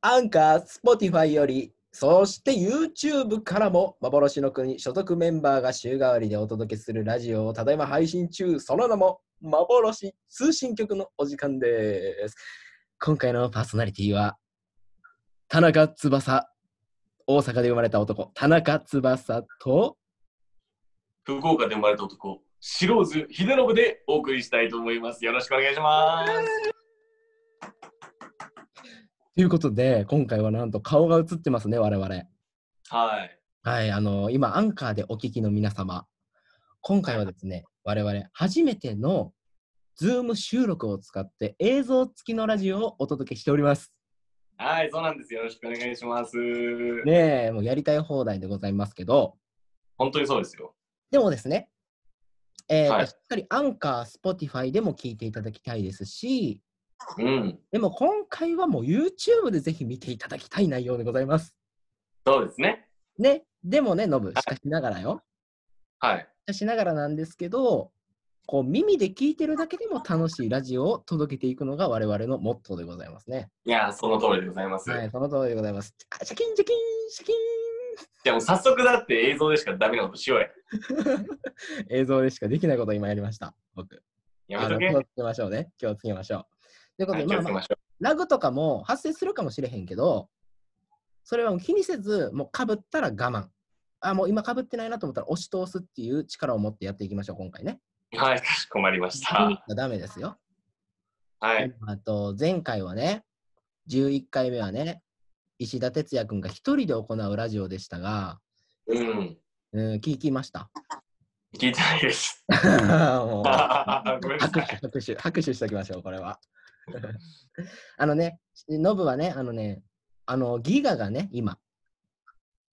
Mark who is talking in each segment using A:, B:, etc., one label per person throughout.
A: アンカー、スポティファイより、そして YouTube からも、幻の国所属メンバーが週替わりでお届けするラジオをただいま配信中、その名も、幻通信局のお時間です。今回のパーソナリティは、田中翼、大阪で生まれた男、田中翼と、
B: 福岡で生まれた男、白津秀信でお送りしたいと思います。よろしくお願いします。
A: ということで、今回はなんと顔が映ってますね、我々。
B: はい。
A: はい、あの、今、アンカーでお聞きの皆様、今回はですね、我々初めての Zoom 収録を使って映像付きのラジオをお届けしております。
B: はい、そうなんです。よろしくお願いします。
A: ねえ、もうやりたい放題でございますけど、
B: 本当にそうですよ。
A: でもですね、えーと
B: はい
A: しっかりアンカー、Spotify でも聞いていただきたいですし、
B: うん。
A: でも今回はもう YouTube でぜひ見ていただきたい内容でございます。
B: そうですね。
A: ね、でもね、ノブ、しかしながらよ。
B: はい。
A: しながらなんですけど、こう耳で聞いてるだけでも楽しいラジオを届けていくのが我々のモットーでございますね。
B: いやー、その通りでございます。
A: はい、その通りでございます。あシャキンシャキンシャキ
B: じゃあもう早速だって映像でしかダメなことしよう
A: ン映像でしかできないことを今やりました、僕。
B: や。やめとけ。
A: あの気
B: は
A: をつけましょうね。気をつけましょう。ということで、
B: い、気をつ
A: ま
B: け
A: あまあ、
B: ましょ
A: ラグとかも発生するかもしれへんけど、それはもう気にせず、もうかぶったら我慢。あ、もう今かぶってないなと思ったら押し通すっていう力を持ってやっていきましょう、今回ね。
B: う。はい、かしこまりまし
A: ダメ
B: た。
A: ダメですよ。
B: はい。
A: あと、前回はね、11回目はね、石田哲也君が一人で行うラジオでしたが、
B: うん。
A: うん、聞きま した。
B: 聞いてないです。
A: もう
B: ごめんなさ
A: 拍手、拍手、
B: い。
A: 拍手しておきましょう、これは。 あのね、ノブはね、あのね、あの、ギガがね、今、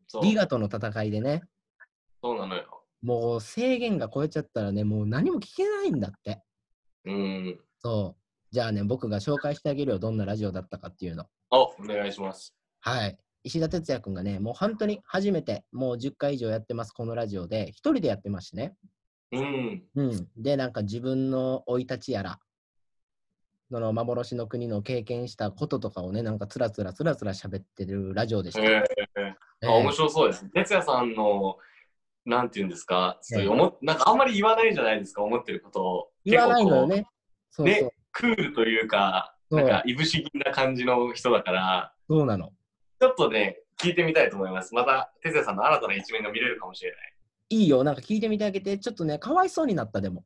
B: そう
A: ギガとの戦いでね、
B: そうなのよ。
A: もう制限が超えちゃったらね、もう何も聞けないんだって。
B: うん。
A: そう。じゃあね、僕が紹介してあげるよ、どんなラジオだったかっていうの。
B: お、お願いします。
A: はい。石田哲也君がね、もう本当に初めて、もう10回以上やってます、このラジオで、一人でやってましてね。
B: うん。
A: うん。で、なんか自分の生い立ちやら、その幻の国の経験したこととかをね、なんかつらつらつらつら喋ってるラジオでした。
B: え
A: え
B: あ面白そうですね。哲也さんの、なんていうんですか、ちょっと思っなんかあんまり言わないじゃないですか、思ってることを。
A: 言わないのよ
B: 結構こ
A: ね。そうそう。
B: う。クールというか、
A: そう
B: なんか、いぶし銀な感じの人だから、
A: そうなの。
B: ちょっとね、聞いてみたいと思います。また、哲也さんの新たな一面が見れるかもしれない。
A: いいよ、なんか聞いてみてあげて、ちょっとね、かわいそうになった、でも。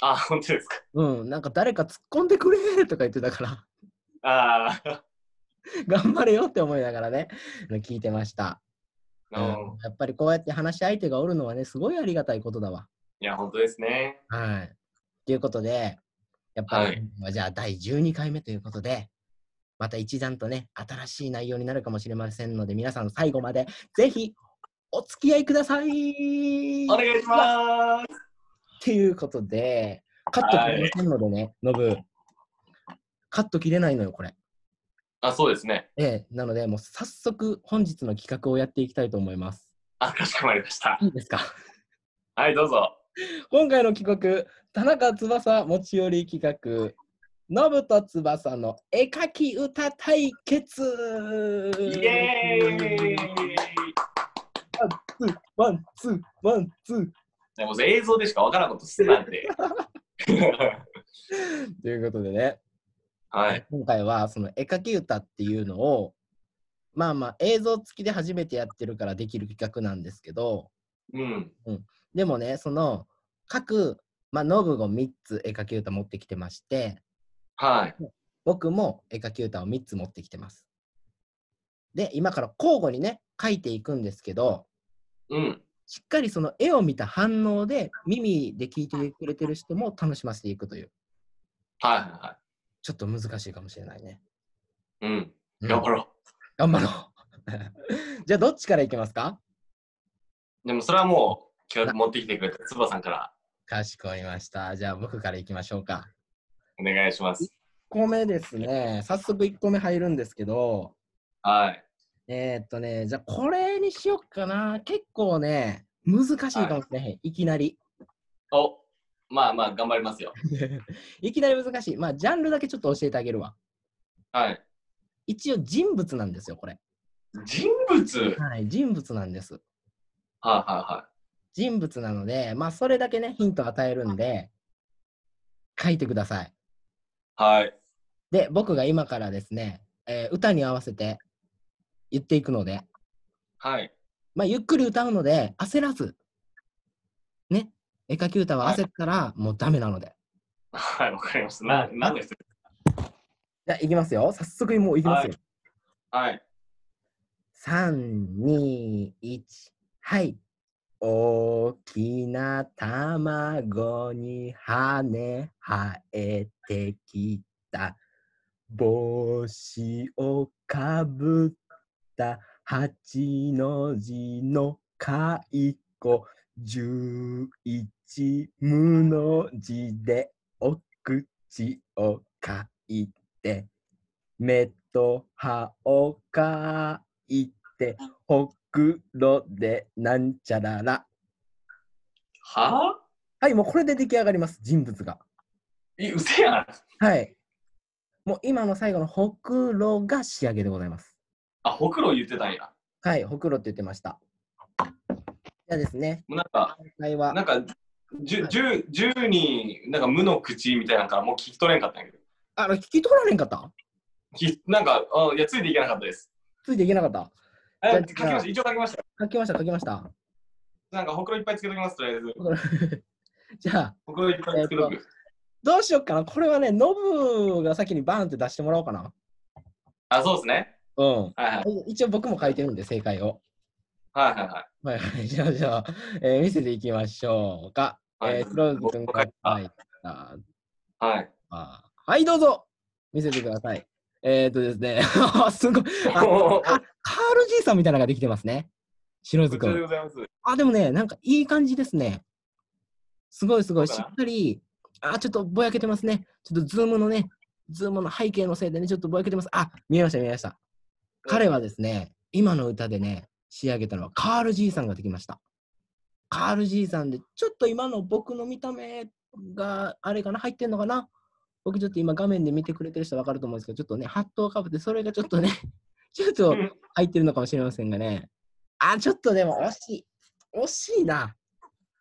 B: あ、本当ですか。
A: うん、なんか誰か突っ込んでくれとか言ってたから、
B: ああ、
A: 頑張れよって思いながらね、聞いてました。
B: う
A: うん
B: ん。
A: やっぱりこうやって話し相手がおるのはね、すごいありがたいことだわ。
B: いや、本当ですね。
A: はい。ということで、やっぱり、
B: はい
A: まあじゃあ第12回目ということで、また一段とね、新しい内容になるかもしれませんので、皆さん最後までぜひお付き合いください
B: お願いします。
A: ということで、カット切れませんのでね、ノブ。カット切れないのよ、これ。
B: あ、そうですね。
A: ええ、なので、もう早速本日の企画をやっていきたいと思います。
B: あ、かしこまりました。
A: いいですか
B: はい、どうぞ。
A: 今回の企画、田中翼持ち寄り企画、ノブと翼の絵描き歌対決
B: イ エーイ
A: ワン、ツー、ワン、ツー。
B: でも映像でしかわからんことしてたん で。
A: ということでね、
B: はい。
A: 今回はその絵描き歌っていうのを、まあまあ映像付きで初めてやってるからできる企画なんですけど、
B: うん。
A: でもね、その各、まあ、ノブが3つ絵描き歌持ってきてまして、
B: はい。
A: 僕も絵描き歌を3つ持ってきてます。で、今から交互にね、書いていくんですけど、
B: うん。
A: しっかりその絵を見た反応で、耳で聞いてくれてる人も楽しませていくという、
B: はいは
A: ちょっと難しいかもしれないね。
B: いはい。うん。
A: うん
B: 頑張ろ
A: 頑張ろう。 じゃあ、どっちからいきますか
B: う。でもそれはもう、今日持ってきてくれたつばさんから
A: かしこまりました。じゃあ、僕からいきましょうか。
B: お願いします。
A: 1個目ですね。早速1個目入るんですけど、
B: はい。
A: えー、っとね、じゃあこれにしよっかな。結構ね、難しいかもしれへん。い、きなり。
B: お、まあまあ、頑張りますよ。
A: いきなり難しい。まあ、ジャンルだけちょっと教えてあげるわ。
B: はい。
A: 一応人物なんですよ、これ。
B: 人物はいはい
A: はい、人物なんです。
B: は
A: 人物なので、まあ、それだけね、ヒント与えるんで、書いてください。
B: い。はい。
A: で、僕が今からですね、えー歌に合わせて言っていくので、
B: はい。
A: まあ、ゆっくり歌うので、焦らず。ね。絵描き歌は焦ったら、もうダメなので。
B: はい、わかりました。な、なんです
A: じゃあ、いきますよ。早速、もういきますよ。
B: はい。
A: 3、2、1。はい。大きな卵に羽生えてきた。帽子をかぶった。八の字の蚕。十一無の字でお口を書いて。目と歯をかいて、ほくろでなんちゃらら。
B: は
A: はい、もうこれで出来上がります、人物が。
B: い、うせやん。
A: はい。もう今の最後のほくろが仕上げでございます。
B: あ、ほくろ言ってたんや。
A: はい、ほくろって言ってました。じゃあですね、
B: もうなんか、
A: 今回は
B: なんか、じゅ、じゅ、じゅに、なんか無の口みたいなのからもう聞き取れんかったんやけど。
A: あの、聞き取られんかった
B: きなんか、あいや、ついていけなかったです。
A: ついていけなかった。
B: え
A: じゃあ
B: 書きました。一応書きました。
A: 書きました、書きました。
B: なんか、ほくろいっぱいつけときます、とりあえず。
A: じゃあ、
B: ほくろいっぱいつけと
A: え
B: く。
A: どうしよっかな。これはね、ノブが先にバーンって出してもらおうかな。
B: あ、そうですね。
A: うん。
B: はいはい。
A: 一応僕も書いてるんで、正解を。
B: はいはいはい。
A: はいはい、じゃあじゃあ、えー見せていきましょうか。
B: はい
A: えー、スローズ君が
B: 僕が
A: 書いた
B: はい。
A: あはい、どうぞ見せてください。えー、っとですね、 あすごい。あ、あ
B: おー
A: カール爺さんみたいなのができてますね。白
B: こ
A: 津
B: ちらで
A: 君。
B: ございます。
A: あ、でもね、なんかいい感じですね。すごいすごい、
B: そう
A: し
B: かな
A: っかり。あ、ちょっとぼやけてますね。ちょっとズームのね、ズームの背景のせいでね、ちょっとぼやけてます。あ、見えました、見えました。彼はですね、今の歌でね、仕上げたのはカール爺さんができました。カール爺さんで、ちょっと今の僕の見た目があれかな、入ってんのかな僕ちょっと今画面で見てくれてる人わかると思うんですけど、ちょっとね、ハットをかぶって、それがちょっとね、ちょっと
B: うん
A: 入ってるのかもしれませんがね。あ、ちょっとでも惜しい。惜しいな。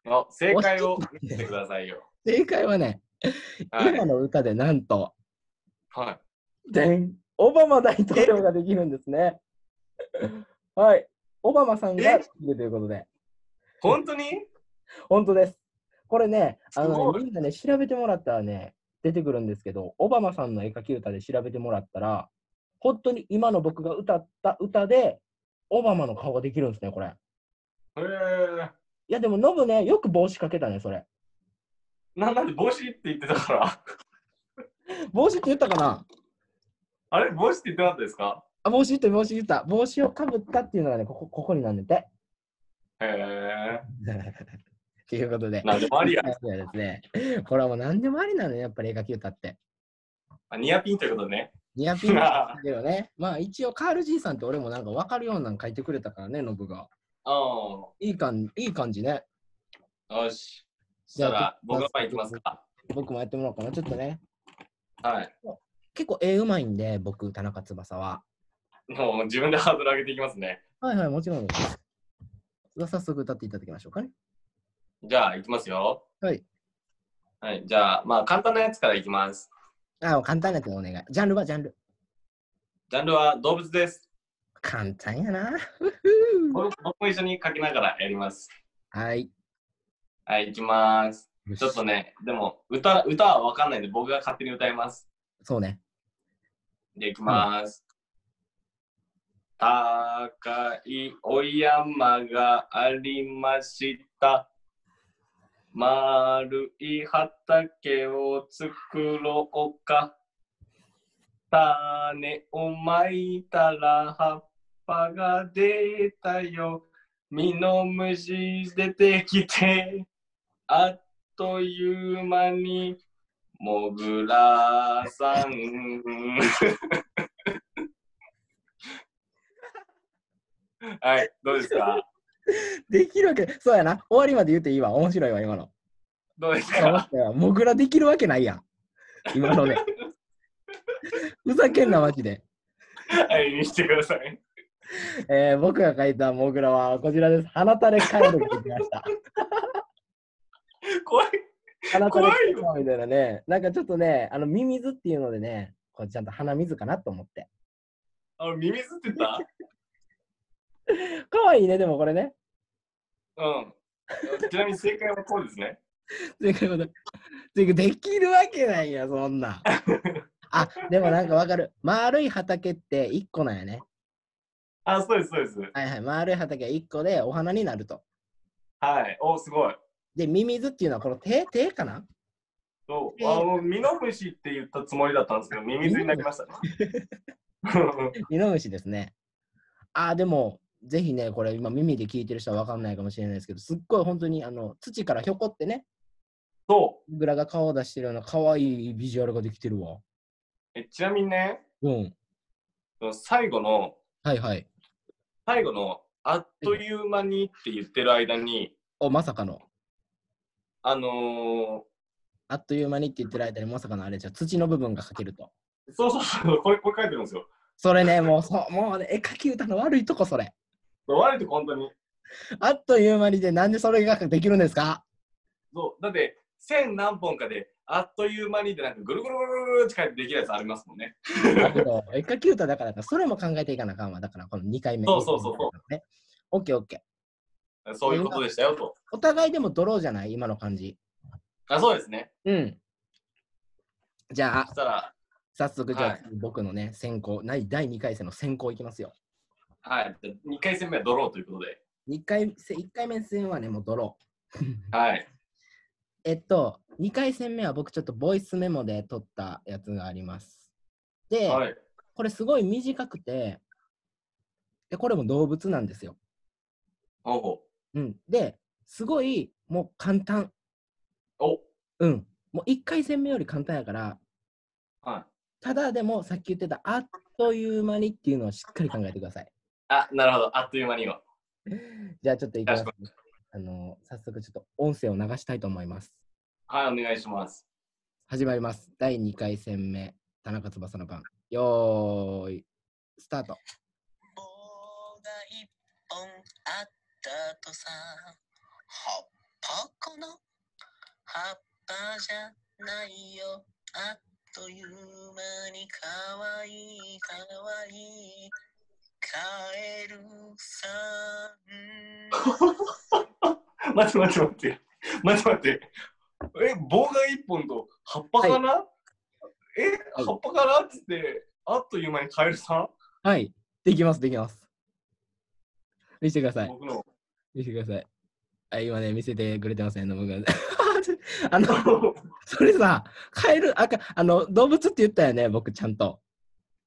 B: の正解を見せてくださいよ。
A: 正解はね、
B: はい
A: 今。の歌でなんと、
B: はい。
A: でんオバマ大統領ができるんですね。 はい。オバマさんが
B: え
A: できるということで、
B: 本当に
A: 本当です。これね、あの
B: すご
A: ね
B: い
A: みんなね、調べてもらったらね、出てくるんですけど、オバマさんの絵描き歌で調べてもらったら、本当に今の僕が歌った歌で、オバマの顔ができるんですね、これ。
B: へえ。
A: いや、でも、ノブね、よく帽子かけたね、それ。
B: ななんで帽子って言ってたから。
A: 帽子って言ったかな
B: あれ帽子って言ってなかったですか
A: あ、帽子って帽子言った。帽子をかぶったっていうのがね、ここここになんでて。
B: へえ。
A: ということで。
B: なんでもありや。
A: そうですね。これはもう何でもありなのよ、やっぱり絵描き歌って。
B: あニアピンということね。
A: ニアピンだけどね。まあ一応、カール爺さんって俺もなんか分かるようなの書いてくれたからね、ノブが。
B: うん。
A: いい感じ、いい感じね。
B: よし。そし
A: じゃ
B: た
A: あ
B: ら、僕の前行きますか。
A: 僕もやってもらおうかな。ちょっとね、
B: はい。
A: 結構絵うまいんで、僕、田中翼は。
B: もう自分でハードル上げていきますね。
A: はいはい、もちろんです。では早速歌っていただきましょうかね。
B: じゃあ、行きますよ。
A: はい。
B: はい。じゃあ、まあ、簡単なやつからいきます。
A: あ、簡単なやつお願い。ジャンルはジャンル。
B: ジャンルは動物です。
A: 簡単やな。
B: 僕僕も一緒に書きながらやります。
A: はい。
B: はい、行きます。ちょっとね、でも、歌、歌はわかんないんで、僕が勝手に歌います。
A: そうね。
B: で、行きます。高いお山がありました。丸い畑を作ろうか。種をまいたら葉っぱが出たよ。実の虫出てきて、あっという間に、もぐらさん。はい、どうですか
A: できるわけ、そうやな。終わりまで言っていいわ。面白いわ、今の。
B: どうです
A: 思
B: か
A: ったよもぐらできるわけないやん。今のね。ふざけんな、マジで。
B: はい、見してください。
A: えー僕が書いたモグラはこちらです。鼻垂れカエルができました。
B: 怖い。
A: 鼻垂れカエル
B: 怖
A: みたいなね。なんかちょっとね、あの、ミミズっていうのでね、こうちゃんと鼻水かなと思って。
B: あの、耳ずってた
A: かわいいね、でもこれね。
B: うん。ちなみに正解はこうですね。
A: ということでということでできるわけないや、そんなん。あ、でもなんかわかる。丸い畑って1個なんやね。
B: あ、そうです、そうです。
A: はいはい。丸い畑が1個でお花になると。
B: はい。お、すごい。
A: で、ミミズっていうのはこの手、手かな
B: そう。あの、ミノムシって言ったつもりだったんですけど、ミミズになりましたね。
A: ミノムシですね。ああ、でも、ぜひね、これ今耳で聞いてる人は分かんないかもしれないですけど、すっごい本当にあの土からひょこってね、
B: そ
A: グラが顔を出してるような可愛いビジュアルができてるわ。
B: う。えちなみにね、
A: うん。
B: その最後の、
A: はいはい。
B: 最後の、あっという間にって言ってる間に、
A: お、まさかの。
B: あの
A: あっという間にって言ってる間にまさかのあれじゃ土の部分が描けると。
B: ー、そうそうそう、これ、これ書いてるんですよ。
A: それね、もう、そうもうね、絵描き歌の悪いとこそれ。
B: 悪いと本当に。
A: あっという間にで、なんでそれができるんですか
B: そう。だって、千何本かで、あっという間にでなんかぐるぐるぐるぐるぐるって書いてできるやつありますもんね。
A: だけど、絵描き歌だからな、それも考えていかなあかんわ。だから、この2回目。。
B: そうそうそうそう
A: ね、オッケーオッケー。
B: そういうことでしたよと。
A: お互いでもドローじゃない今の感じ。
B: あ、そうですね。
A: うん。じゃあ
B: そ、したら、
A: 早速、じゃあ、
B: はい
A: 僕のね、先行、ない第2回戦の先行いきますよ。
B: はい。2回戦目はドローということで。
A: 2回戦、1回目戦はね、もうドロー。
B: はい。
A: えっと、2回戦目は僕ちょっとボイスメモで撮ったやつがあります。で、
B: はい。
A: これすごい短くて、で、これも動物なんですよ。
B: おう
A: うん。で、すごい、もう簡単。
B: お。
A: うん。もう1回戦目より簡単やから、
B: はい。
A: ただでもさっき言ってた、あっという間にっていうのをしっかり考えてください。
B: あ、なるほど。あっという間には。
A: じゃあちょっといきます
B: か。
A: あの早速ちょっと音声を流したいと思います。
B: はい、お願いします。
A: 始まります。第2回戦目、田中翼の番。よーい、スタート。
C: 棒が一本あったとさ葉っぱかな葉っぱじゃないよあっという間にかわいいかわいいカエルさん
B: 待って待って待って。待って待って。え、棒が1本と葉っぱかな、え、
A: はい
B: 葉っぱかなっつって、あっという間にカエルさ
A: はい、できます、できます。見せてくだ
B: ん、
A: さい。
B: 僕の。
A: 見せてください。あ今ね、見せてくれてません、僕が。 あの、それさ、カエル、あかあの、動物って言ったよね、僕ちゃんと。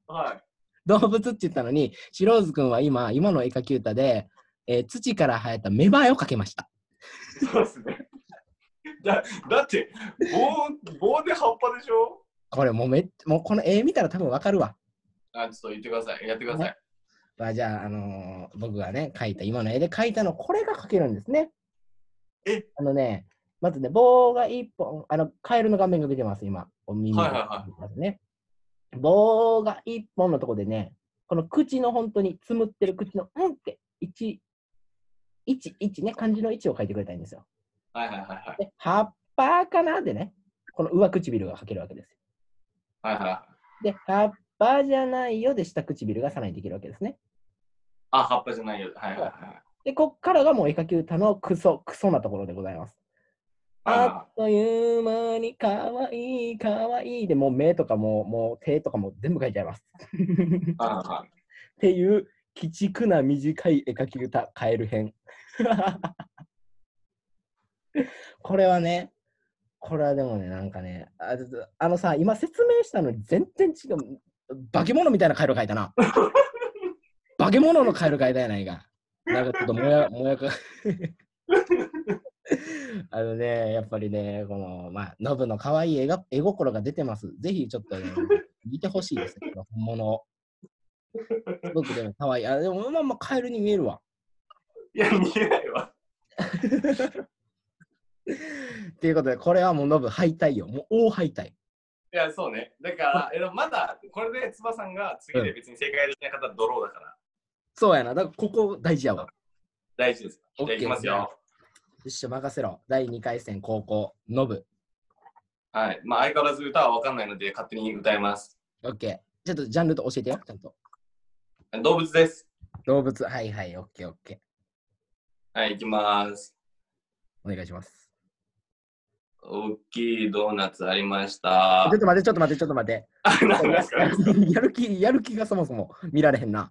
B: はい。
A: 動物って言ったのに、白く君は今、今の絵描き歌で、えー土から生えた芽生えをかけました。
B: そうですね。だだって棒、棒で葉っぱでしょ
A: これもうめっもうこの絵見たら多分わかるわ。
B: あ、ちょっと言ってください。やってください。
A: まあ、じゃあ、あのー僕がね、描いた、今の絵で描いたの、これが描けるんですね。
B: え
A: あのね、まずね、棒が一本、あの、カエルの画面が出てます、今。お耳が
B: はいはい
A: 出てますね。棒が一本のとこでね、この口の本当につむってる口の、うんって、一、一、一ね、漢字の一を書いてくれたいんですよ。
B: はいはいはい
A: で、葉っぱかなでね、この上唇が描けるわけです。
B: はい。はいはい、
A: で、葉っぱじゃないよで下唇がさらにできるわけですね。
B: あ、葉っぱじゃないよ。はいはいはい。
A: で、こっからがもう絵描き歌のクソ、クソなところでございます。あっという間にかわいい、かわいい。で、もう目とかも、もう手とかも全部描いちゃいます。っ
B: はいはいはい
A: ていう鬼畜な短い絵描き歌、カエル編。 これはね、これはでもね、なんかね、あちょっとあのさ、今説明したのに全然違う。化け物みたいなカエル描いたな。化け物のカエル描いたやないか。なんかちょっともや、もやか。 あのね、やっぱりね、この、まあ、ノブの可愛い絵が絵心が出てます。ぜひちょっとね、見てほしいですね、この本物を。すごくでも可愛い。あ、でも、まあまあ、カエルに見えるわ。
B: いや、見えないわ。
A: っていうことで、これはもうノブ敗退よ。もう大敗退。
B: いや、そうね。だから、えでもまだ、これでつばさんが次で別に正解できなかったらドローだから、
A: そうやな。だから、ここ大事やわ。
B: 大事です。じ
A: オッ
B: ゃあ、
A: ケー
B: いきますよ。
A: よっしゃ、任せろ。第2回戦、高校、ノブ。
B: はい。まあ、相変わらず歌はわかんないので、勝手に歌います。
A: オッケー。ちょっとジャンルと教えてよ、ちゃんと。
B: 動物です。
A: 動物、はいはい、オッケー、オッケ
B: はい、いきます。
A: ー。お願いします。
B: 大きいドーナツありました
A: ちょっ。と待って、ちょっと待って、ちょっと待って。
B: あ、なんですか
A: やる気、やる気がそもそも見られへんな。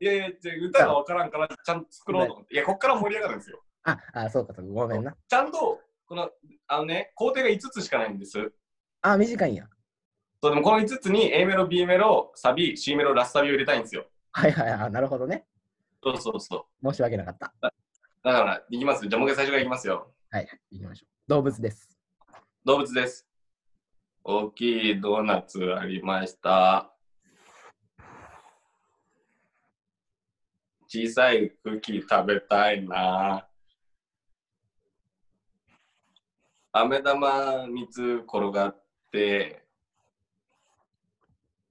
B: いやいや、じゃあ歌がわからんから、ちゃんと作ろうと思って。いや、こっから盛り上がるんですよ。
A: あ、あ、そうか、そうかごめんな。
B: ちゃんと、この、あのね、工程が5つしかないんです。
A: あ、短いんや。
B: そう、でもこの5つに A メロ、B メロ、サビ、C メロ、ラスサビを入れたいんですよ。
A: はいはい、あ、なるほどね。
B: そうそうそう。
A: 申し訳なかった。
B: だから、いきます。じゃあ、もう一回最初からいきますよ。
A: はい、行きましょう。動物です。
B: 動物です。大きいドーナツありました。小さいクッキー食べたいな。飴玉3つ転がって、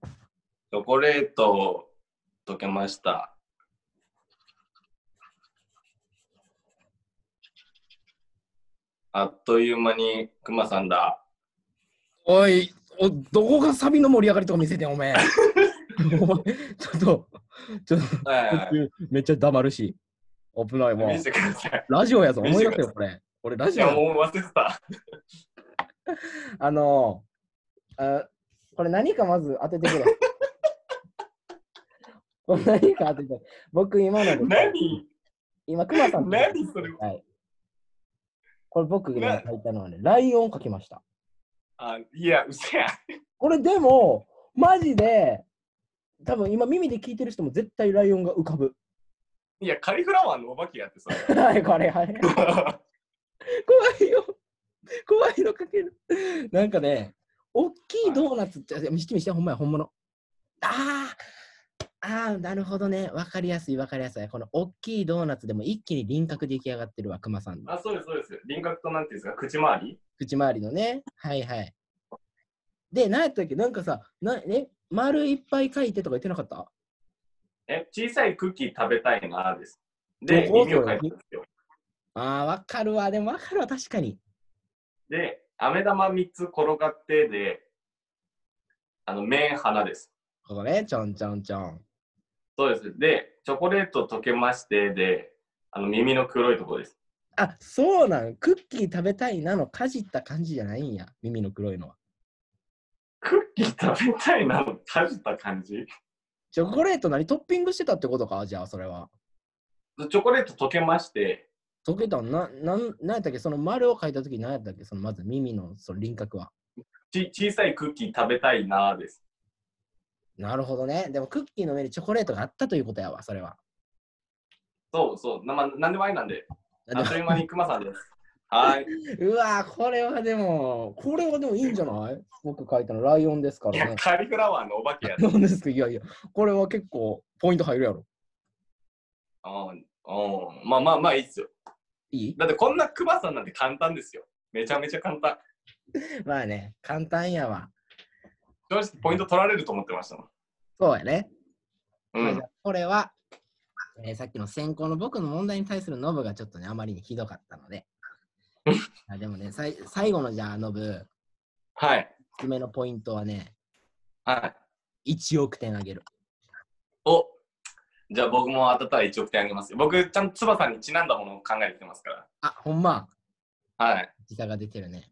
B: チョコレート溶けました。あっという間にクマさんだ。
A: おい、おどこがサビの盛り上がりとか見せてんお めえ。お前ちょっと、ちょっと、
B: はいはいはい
A: めっちゃ黙るし。危ない、もう
B: 見。せてください。
A: ラジオやぞ、
B: 見
A: 思
B: せ
A: い
B: て
A: 出せ
B: くだ
A: よ、これ。俺、ラ
B: い
A: ジ
B: や、
A: オ。
B: もう忘れてた。
A: あのー、あこれ何かまず当て てくれ。これ何か当ててくれ。僕、今ので、
B: 何
A: 今、クマさんと。
B: 何それ
A: はい。これ、僕が
B: な
A: 書いたのはね、ライオン書きました。
B: あ、いや、うせや。
A: これ、でも、マジで、多分今、耳で聞いてる人も絶対ライオンが浮かぶ。
B: いや、カリフラワーのお化けやってさ。
A: はい、これ、はい。怖いよ。怖いのかける。なんかね、大きいドーナツって、あ見して見して、ほんまや、本物。あーあー、なるほどね。わかりやすい、わかりやすい。この大きいドーナツでも一気に輪郭出来上がってるわ、クマさんの。
B: あ、そうです、そうです。輪郭となんていうんですか、口周り
A: 口周りのね。はいはい。で、なんやったっけなんかさ、なえ丸いっぱい書いてとか言ってなかった
B: え、小さいクッキー食べたいなーです。で、
A: どこ
B: 耳を描いたんですよ。
A: ああ、わかるわ。でもわかるわ、確かに。
B: で、飴玉3つ転がってで、あの、目、鼻です。
A: ここね、ちょんちょんちょん。
B: そうです。で、チョコレート溶けましてで、あの、耳の黒いところです。
A: あ、そうなん。クッキー食べたいなの、かじった感じじゃないんや。耳の黒いのは。
B: クッキー食べたいなの、かじった感じ
A: チョコレート何トッピングしてたってことかじゃあそれは。
B: チョコレート溶けまして、
A: 溶けたんな、なん、なんやったっけその丸を書いたとき何やったっけそのまず耳のその輪郭は。
B: ち小さいクッキー食べたいなーです。
A: なるほどね。でもクッキーの上にチョコレートがあったということやわ、それは。
B: そうそう、なまあ、なんでもありなんで、
A: で
B: あっという間にクマさんです。はい。
A: うわぁ、これはでも、これはでもいいんじゃない僕書いたのライオンですか
B: い
A: ら
B: や、
A: ね。
B: カリフラワーのお化けやで。
A: なんですけど、いやいや、これは結構ポイント入るやろ。
B: うん、うん。まあまあまあいいっすよ。
A: いい
B: だってこんなクマさんなんて簡単ですよ。めちゃめちゃ簡単。
A: まあね、簡単やわ。
B: 正直ポイント取られると思ってましたもん。
A: そうやね。
B: う
A: まあじ
B: ん
A: ゃ。あこれは、えーさっきの先行の僕の問題に対するノブがちょっとね、あまりにひどかった ので。あでもね、さい最後のじゃあノブ、
B: はい。
A: つめのポイントはね、
B: はい。
A: 1億点あげる。
B: おじゃあ僕も当たったら1億点あげますよ。僕、ちゃんとツバさんにちなんだものを考えてきてますか
A: あ、ほんま、
B: ら。はい。
A: 時差が出てるね。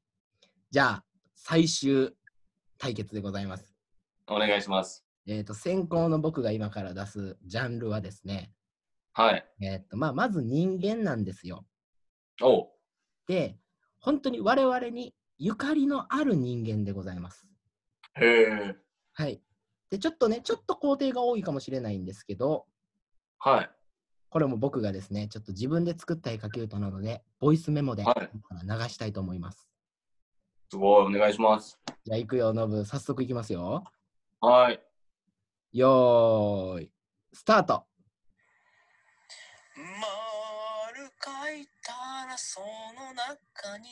A: じゃあ、最終対決でございます。
B: お願いします。
A: えっ、と、先行の僕が今から出すジャンルはですね、
B: はい。
A: えっ、と、まあ、まず人間なんですよ。
B: おう
A: で、本当に我々にゆかりのある人間でございます。
B: へえ。
A: はい。で、ちょっとね、ちょっと工程が多いかもしれないんですけど、
B: はい。
A: これも僕がですね、ちょっと自分で作った絵描き歌なので、ボイスメモで
B: は
A: 流
B: い
A: したいと思います。
B: すごい。お願いします。
A: じゃあ、行くよ、ノブ。早速行きますよ。
B: はい。
A: よーい、スタート
C: 丸書いたらその中に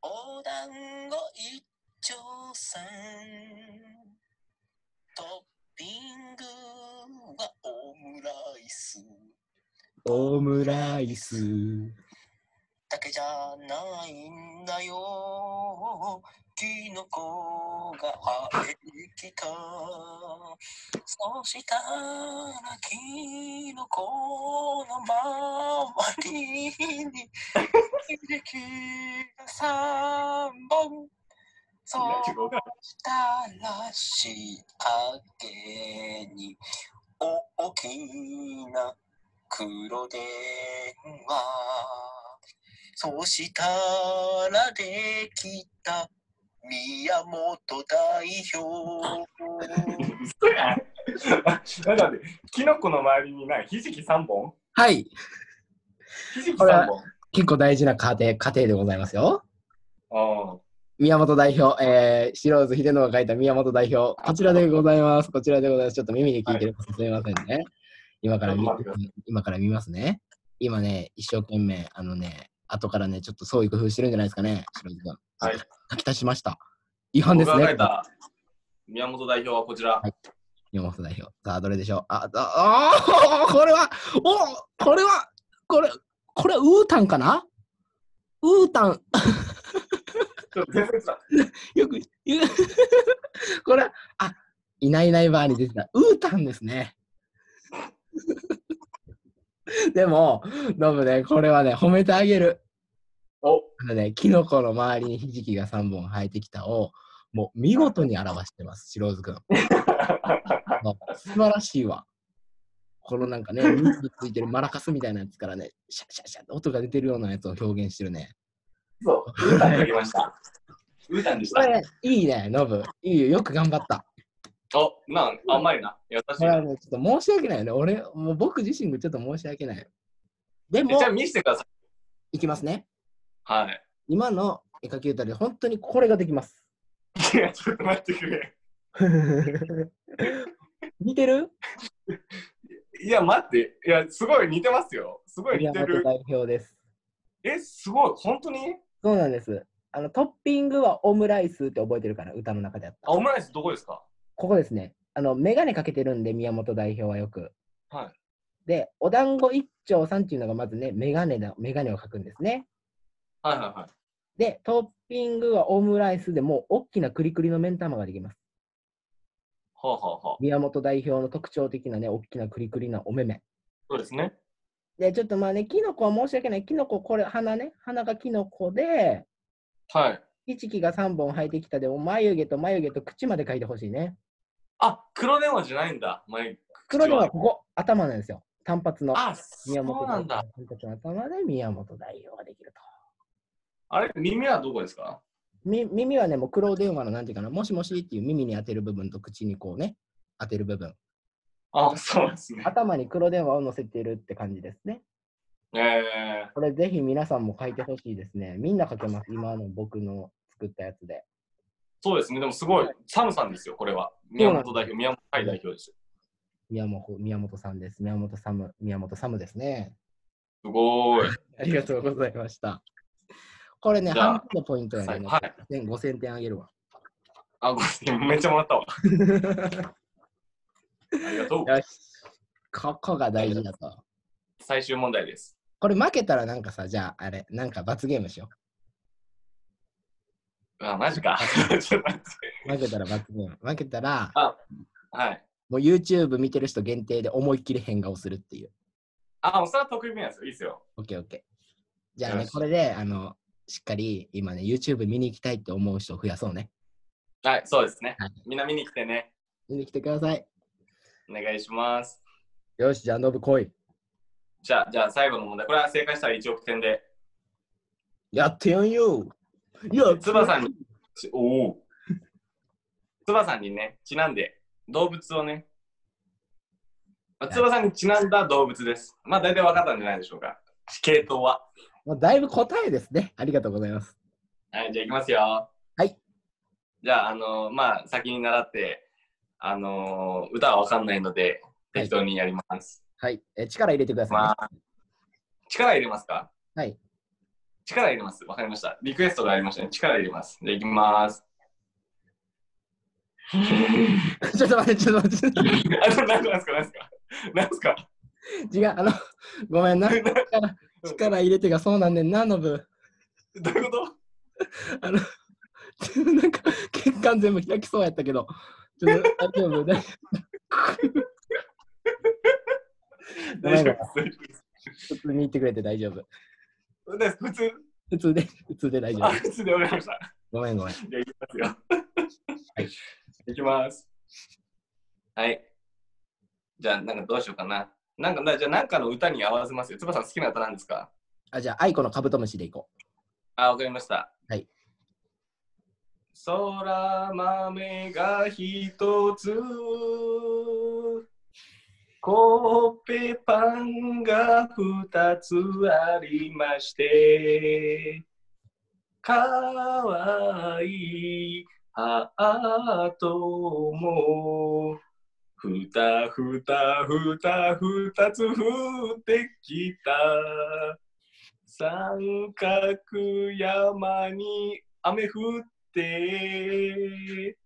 C: お団子一丁さんトッピングはオムライス
A: オムライス。
C: だけじゃないんだよキノコが生えてきたそしたらキノコの周りに樹が三本そうしたら仕上げに大きな黒電話そうしたらできた宮本代表
B: 嘘やん。 なんだって、キノコの周りにない、ひじき3本
A: はい、
B: ひじき
A: これ
B: 3本
A: 結構大事な過程、過程でございますよ。
B: ああ。
A: 宮本代表、えー、白津秀信が書いた宮本代表、こちらでございます。こちらでございます。ちょっと耳で聞いてるかすみませんね。今から見
B: ちょっと待ってく、
A: 今から見ますね。今ね、一生懸命、あのね、後からね、ちょっと創意工夫してるんじゃないですかね、白津君。
B: はい。
A: 書き足しました。違反で
B: 僕
A: す
B: が
A: ね。
B: 書いた宮本代表はこちら。
A: 宮本代表。さあ、どれでしょうあ、あ、あーこれは、おこれは、これ、これはウータンかなウータン、
B: ちょっと全然違う
A: よく 言う。これは、あ、いないいないバーに出てた。ウータンですね。 でも、ノブね、これはね、褒めてあげる。
B: お
A: あのね、キノコの周りにひじきが3本生えてきたを、もう見事に表してます、白 津君。あ素晴らしいわ。このなんかね、水についてるマラカスみたいなやつからね、シャシャシャって音が出てるようなやつを表現してるね。
B: そう、ウータン書きました。ウータンでし
A: こ
B: た。
A: れ、いいね、ノブ。いいよ、よく頑張った。
B: お、なん、甘いな。優しい
A: これは
B: な。
A: ね、ちょっと申し訳ないよね。俺、もう僕自身がちょっと申し訳ない。で
B: じ
A: も
B: ゃ、あ見せてください。
A: いきますね。
B: はい。
A: 今の絵描き歌で本当にこれができ ます。
B: いや、ちょっと待ってくれ。
A: 似てる
B: いや、待って。いや、すごい似てますよ。すごい似
A: 宮
B: て
A: 本
B: る。
A: 代表です。
B: え、すごい。本当に
A: そうなんです。あの、トッピングはオムライスって覚えてるから、歌の中であった
B: あ、。オムライスどこですか
A: ここですね。あの、メガネかけてるんで、宮本代表はよく。
B: は
A: で、お団子一丁さんっていうのがまずね、メガネだ、メガネを書くんですね。
B: はいはいはい。
A: で、トッピングはオムライスでもう、大きなクリクリの目ん玉ができます。
B: はあ、はあはあ、
A: 宮本代表の特徴的なね、大きなクリクリなお目目。
B: そうですね。
A: で、ちょっとまあね、キノコは申し訳ない。キノコ、これ、鼻ね。鼻がキノコで、
B: はい。
A: ひじきが3本生えてきたでも、眉毛と眉毛と口まで描いてほしいね。
B: あ、黒電話じゃないんだ。前
A: 黒ではここ、頭なんですよ。単発の。
B: あ、
A: 宮
B: そ
A: 本
B: うなんだ
A: 代。表の単発の頭で宮本代表ができると。
B: あれ、耳はどこですか
A: み耳はね、もう黒電話のなんていうかな、もしもしっていう耳に当てる部分と口にこうね、当てる部分。
B: あ、そうですね。
A: 頭に黒電話を乗せてるって感じですね。
B: え
A: これぜひ皆さんも書いてほしいですね。みんな書けます。今の僕の作ったやつで。
B: そうですね。でもすごい、サムさんですよ、これは。宮本代表、宮本海代表ですよ。
A: 宮本宮本さんです。宮本サム、宮本サムですね。
B: すごーい。
A: ありがとうございました。これね、
B: じゃあ
A: 半分のポイントやね。
B: はい
A: 5000 5000点あげるわ。
B: あ、ごめんなさいめっちゃもらったわ。ありがとう。
A: よし。ここが大事だと。
B: 最終問題です。
A: これ負けたらなんかさ、じゃああれ、なんか罰ゲームしよ
B: あ、マジか。ちょっと待っ
A: う。負
B: て。
A: けたら罰ゲーム。負けたら、
B: はい。
A: もう YouTube 見てる人限定で思いっきり変顔するっていう。
B: あ、お皿得意分野ですよ。いいですよ。
A: OKOK。じゃあね
B: よ、し
A: これで、あの、しっかり今ね、YouTube 見に行きたいって思う人を増やそうね。
B: はい、そうですね
A: はい。
B: みんな見に来てね。
A: 見に来てください。
B: お願いします。
A: よし、じゃあ、ノブ来い。
B: じゃあ、じゃあ最後の問題。これは正解したら1億点で。
A: やってやんよ。いや、
B: つばさんに、ちおお。つばさんにね、ちなんで、動物をね、あつばさんにちなんだ動物です。まあ、大体分かったんじゃないでしょうか。系統は。
A: もうだいぶ答えですね。ありがとうございます。
B: はい、じゃあ、いきますよ。
A: はい。
B: じゃあ、あのーまあ、先に習って、あのー歌は分かんないので、
A: はい
B: 適当にやります。
A: はい。え力入れてください、ね
B: まあ、力入れますか
A: はい。
B: 力入れます。わかりました。リクエストがありましたね。力入れます。じゃあ、いきます。
A: ちょっと待って、ちょっと待ってちょっ
B: あ、ななんですか、なんですか。なんですか。
A: と。違う、あの、ごめんな。 力力入れてがそうなんねんな、ノブ。
B: どういうこと。
A: あの、なんか、血管全部開きそうやったけど。ちょっと大丈夫大丈夫ごめんご
B: 大
A: めん
B: 丈夫です。
A: 普通に言ってくれて大丈夫。
B: どうです普通。
A: 普通で、普通で大丈
B: あ、
A: 夫。
B: 普通でわかりました。
A: ごめんごめん。
B: じゃあ、いきますよ。はい。いきます。はい。じゃあ、なんかどうしようかな。なんか、じゃあ、なんかの歌に合わせますよ。つばさん、好きな歌なんですか
A: あ、じゃあ、アイコのカブトムシでいこ
B: あ、わかりました。
A: はい。
B: 空豆が一つ、コッペパンが二つありまして、かわいいハートも、ふたふたふたふたつ降ってきた。三角山に雨降って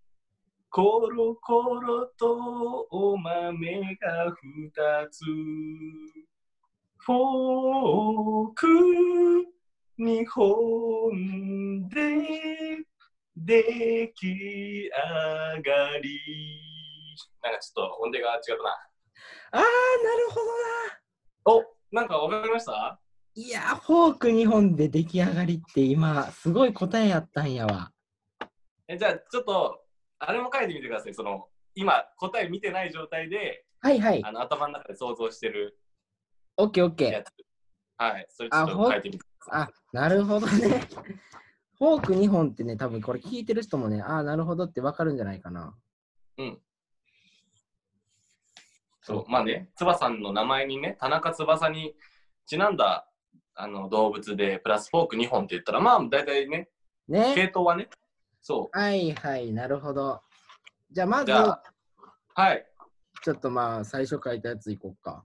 B: コロコロとお豆が二つフォーク二本で出来上がりなんかちょっと音程が違ったな
A: う。あー、なるほどな。
B: おなんかわかりました
A: いやー、フォーク2本で出来上がりって今、すごい答えやったんやわ。
B: えじゃあちょっとあれも書いてみてくださいその今答え見てない状態で
A: はいはい
B: あ。の頭の中で想像してる
A: オッケーオッケー
B: や。つはいそれちょっ
A: あ
B: と
A: ほん
B: 書いてみてくださ
A: あ、なるほどね。フォーク2本ってね、多分これ聞いてる人もね、ああ、なるほどってわかるんじゃないかな。
B: いうんそうまあねつばさんの名前にね田中翼にちなんだあの動物でプラスフォーク2本って言ったらまあ大体ね
A: ね。
B: 系統はねそ
A: はいはい、なるほど。じゃあま
B: う
A: ず
B: じ、ゃあはい
A: ちょっとまあ、最初書いたやついこうか。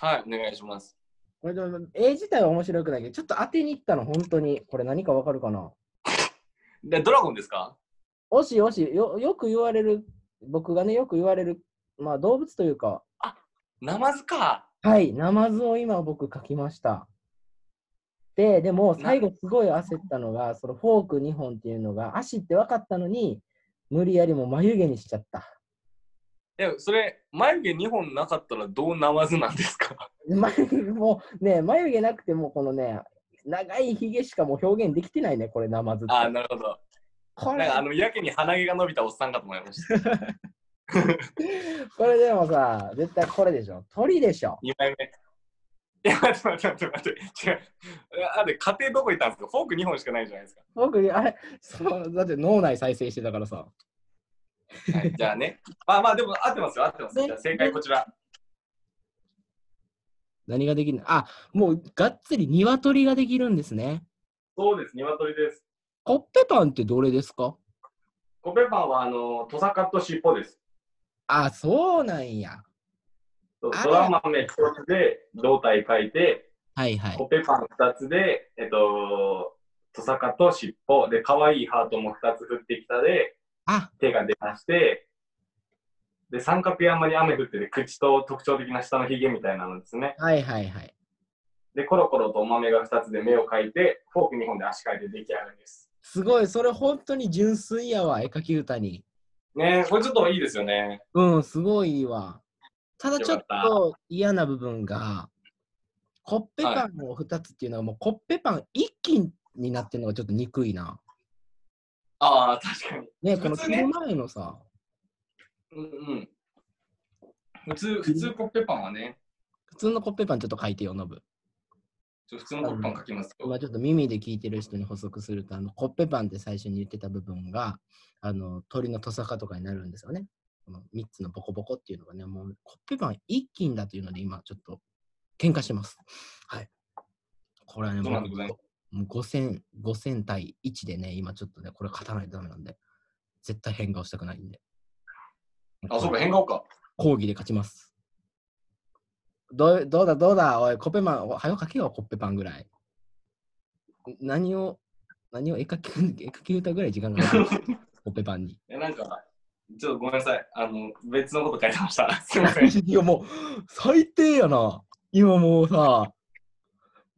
B: はいお願いします
A: これでも、絵自体は面白くないけど、ちょっと当てに行ったの、本当に。これ何かわかるかな
B: でドラゴンですか
A: おしおしよ、よく言われる、僕がね、よく言われる、まあ、動物というか、
B: ナマズか
A: はい、ナマズを今僕書きました。で、でも最後すごい焦ったのが、そのフォーク2本っていうのが足って分かったのに、無理やりもう眉毛にしちゃった。
B: いやそれ眉毛2本なかったらどうナマズなんですか
A: 眉毛もうね、眉毛なくてもこのね、長いひげしかもう表現できてないね、これナマズって。
B: あーなるほど。
A: こ
B: なん
A: れ
B: かあのやけに鼻毛が伸びたおっさんかと思いました。
A: これでもさ、絶対これでしょ。鳥でしょ。
B: 2枚目。いや、待って待って待って待って。違う。あれ、家庭どこ行ったんですかフォーク2本しかないじゃないです
A: 僕、あれ、そうだって脳内再生してたからさ。
B: か。はい、じゃあね。まあまあ、でも合ってますよ、合ってます。
A: ね
B: じゃあ正解こちら。
A: 何ができるのあ、もうがっつり鶏ができるんですね。
B: そうです、鶏です。
A: コッペパンってどれですか
B: コペパンは、あの、トサカと尻尾です。
A: あ、そうなんや。
B: ド
A: あれ
B: ラマ目1つで胴体書いて、
A: はいはい
B: コ。ペパン2つで、えっと、トサカと尻尾で、可愛いハートも2つ降ってきたで、
A: あ、
B: 手が出まして、で、三角山に雨降ってて、口と特徴的な下のひげみたいなのですね。
A: はいはいはい。
B: で、コロコロとお豆が2つで目を描いて、フォーク2本で足描いて出来上がりです。
A: すごい、それ本当に純粋やわ、絵描き歌に。
B: ねえ、これちょっといいですよね。
A: うん、すごいいいわ。ただちょっ
B: よかった
A: と嫌な部分が、コッペパンを2つっていうのはもうコッペパン一斤になってるのがちょっと憎いな。
B: ああ、確かに。
A: ね、この切
B: 普通ね
A: る前のさ、
B: うんうん。普通、普通コッペパンはね、
A: 普通のコッペパンちょっと書いてよ、ノブ。
B: ちょ普通のコッペパン書きますよ。
A: まあ、ちょっと耳で聞いてる人に補足すると、あのコッペパンって最初に言ってた部分が、あの鳥のトサカとかになるんですよね。この3つのボコボコっていうのがね、もうコッペパン一斤だというので、今ちょっと喧嘩してます。はい。これはね、
B: そうな
A: も
B: んでございます
A: うもう5000、5000対1でね、今ちょっとね、これ勝たないとダメなんで、絶対変顔したくないんで。
B: あ、そうか、変顔か。
A: 講義で勝ちます。どうどうだどうだおい、コッペパン、おはよかけよ、コッペパンぐらい。何を、何を絵描き、絵描き歌ぐらい時間がかかる。 コッペパンに。
B: え、なんか、ちょっとごめんなさい。あの、別のこと書いてました。すいま せん。
A: いや、もう、最低やな。今もうさ、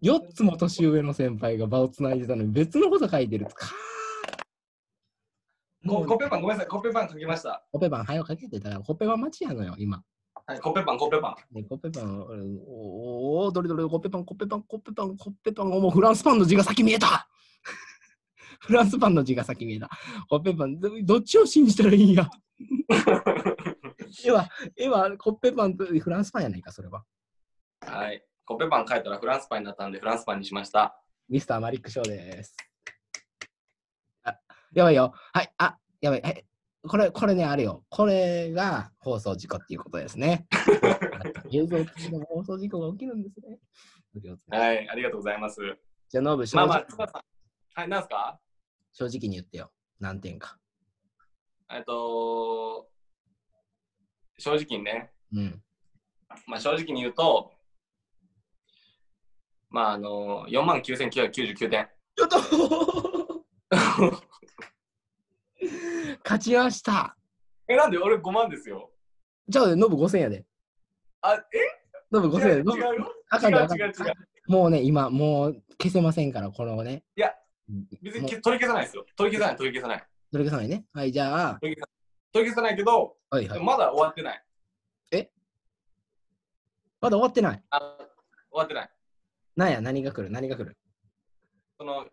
A: 4つも年上の先輩が場をつないでたのに、別のこと書いてる。かーも
B: コ
A: う
B: コッ
A: コ
B: ペパン、ごめんなさい。コッペパン書きました。
A: ッペパン、はよかけてたら、コッペパン待ちやのよ、今。
B: はい、コッペパン、コッペパン。
A: ね、コッペパン、俺おおおどれどれ、コッペパン、コッペパン、コッペパン、コッペパン、おもうフランスパンの字が先見えた フランスパンの字が先見えた。コッペパン、どどっちを信じたらいいんや 絵は、絵はコッペパンとフランスパンやないか、それは。
B: はい。コッペパン書いたらフランスパンになったんで、フランスパンにしました。
A: ミスターマリックショーです。あ、やばいよ。はい、あ、やばい。はい、これ、これね、あれよ。これが放送事故っていうことですね。 映像付きの放送事故が起きるんですね。 お気をつけて
B: はい、ありがとうございます。
A: じゃあ、ノブ、正
B: まあ
A: 直
B: まあ、つばさん。はい、なんすか
A: 正直に言ってよ。何点か。
B: えっと、正直にね、
A: うん。
B: まあ正直に言うと、まああの、4万9999点。
A: やった勝ちました。
B: え、なんで俺5万ですよ。
A: じゃあ、ノブ5000やで。
B: あ、え
A: ノブ5000や
B: 違
A: で。
B: う
A: ノ
B: 違う
A: ブ
B: よ。
A: 赤
B: 違う
A: で赤
B: 違う違う。
A: もうね、今、もう消せませんから、このね。
B: いや
A: うん、
B: 別にけ取り消さないですよ。取り消さない、取り消さない。
A: それがさないね。はい、じゃあ、
B: 取り消さないけど、
A: はいはい。
B: まだ終わってない。
A: まだ終わってない。
B: あ終わってない。
A: なんや、何が来る何が来る
B: その、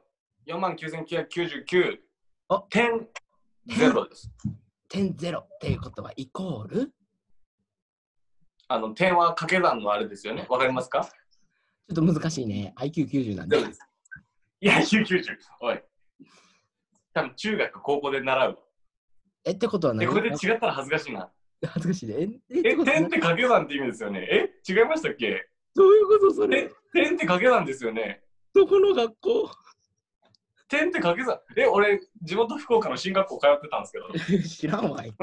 B: 4万9999
A: あ
B: 点ゼロ です。
A: 点ゼロっていうことはイコールち
B: あの、点は掛け算のあれですよね。わかりますか
A: ょっと難しいね。IQ90 なんで
B: ゼロ。です。いや、990。おい。多分中学、高校で習う。
A: え、ってことは何
B: え、これで違ったら恥ずかしいな。
A: 恥ずかしいね。え、え
B: え、
A: ことは
B: 点
A: 何
B: って掛け算って意味ですよね。え、違いましたっけ
A: どういうことそ
B: え
A: れ、
B: 点って掛け算ですよね。
A: どこの学校
B: 点って掛け算。え、俺、地元福岡の進学校通ってたんですけど。
A: 知らんわい。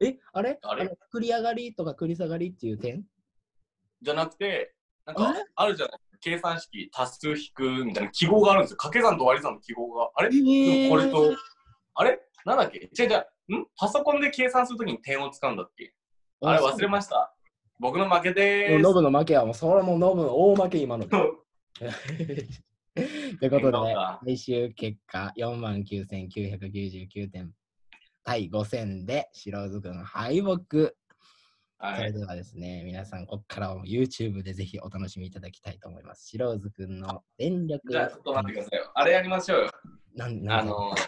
A: え、あれ
B: あれ
A: の繰り上がりとか繰り下がりっていう点
B: じゃなくて、なん
A: あ
B: か
A: れ
B: あるじゃない計算式、足す、引くみたいな記号があるんですよ。掛け算と割り算の記号が。あれ
A: えー
B: これと、あれなんだっけ違う違う。んパソコンで計算するときに点を使うんだっけあれ忘れました。僕の負けで
A: もう
B: ー
A: ノ
B: す。
A: ブの負けはもうそれはもうノブの大負け 今の。ということで、
B: そう
A: ね
B: か、
A: 最終結果49,999点対5000で白ずくん敗北。
B: は
A: それ
B: い、
A: ではですね、皆さん、ここからは YouTube でぜひお楽しみいただきたいと思います。白ずくんの全力。
B: じゃあちょっと待ってくださいよ。あれやりましょうよ。
A: なんなん
B: あ
A: だ
B: のー、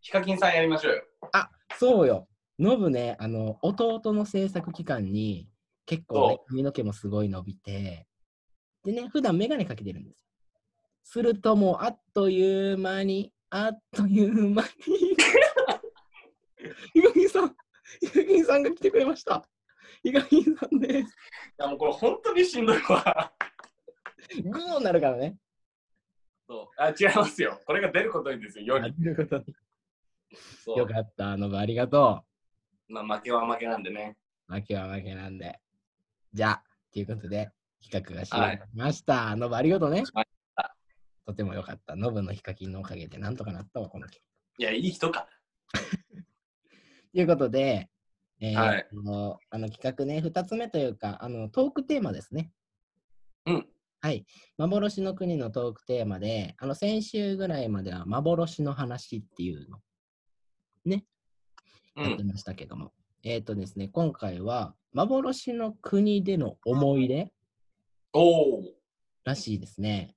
B: ヒカキンさんやりましょうよ。
A: そうよ。ノブね、あの、弟の制作期間に、結構、ね、髪の毛もすごい伸びて、でね、普段メガネかけてるんですよ。するともう、あっという間に、あっという 間に。ヒガキンさん、ヒガキンさんが来てくれました。ヒガキンさんです。
B: いやもうこれ本当にしんどいわ。
A: グーになるからね。
B: そうあ違いますよ。これが出ることにですよ。よ
A: あ
B: り。
A: ということで
B: そう
A: よかった、ノブ、ありがと
B: まあ、負けは負けなんでね。
A: う。負けは負けなんで。じゃあ、ということで、企画が終了しました。ノブ、ありがとうね。とても良かった。ノブのヒカキンのおかげでなんとかなったわ、この件。
B: いや、いい人か。
A: ということで、えー
B: はい
A: あのあの企画ね、2つ目というか、あのトークテーマですね。
B: うん。
A: はい。幻の国のトークテーマで、あの先週ぐらいまでは幻の話っていうの
B: う
A: やって
B: ん。
A: ましたけども。えっ、とですね、今回は幻の国での思い出
B: おお。
A: らしいですね。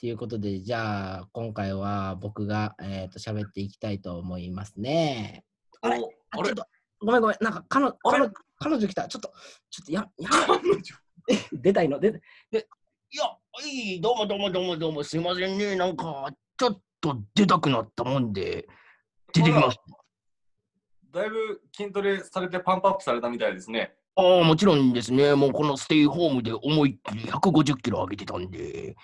A: ということで、じゃあ、今回は僕が、えー、と喋っていきたいと思いますね。あれ
B: お
A: あ
B: あれ
A: ちょっとごめんごめん、なんか彼女、
B: あれ
A: 彼女彼女来た。ちょっと、ちょっとや、や、
B: 彼女
A: 出たいの、出た
C: いや、いい、どうもどうもどうもどうもすいませんね。なんか、ちょっと出たくなったもんで、出てきました。
B: だいぶ筋トレされてパンプアップされたみたいですね。
C: ああ、もちろんですね。もうこのステイホームで思いっきり150キロ上げてたん で、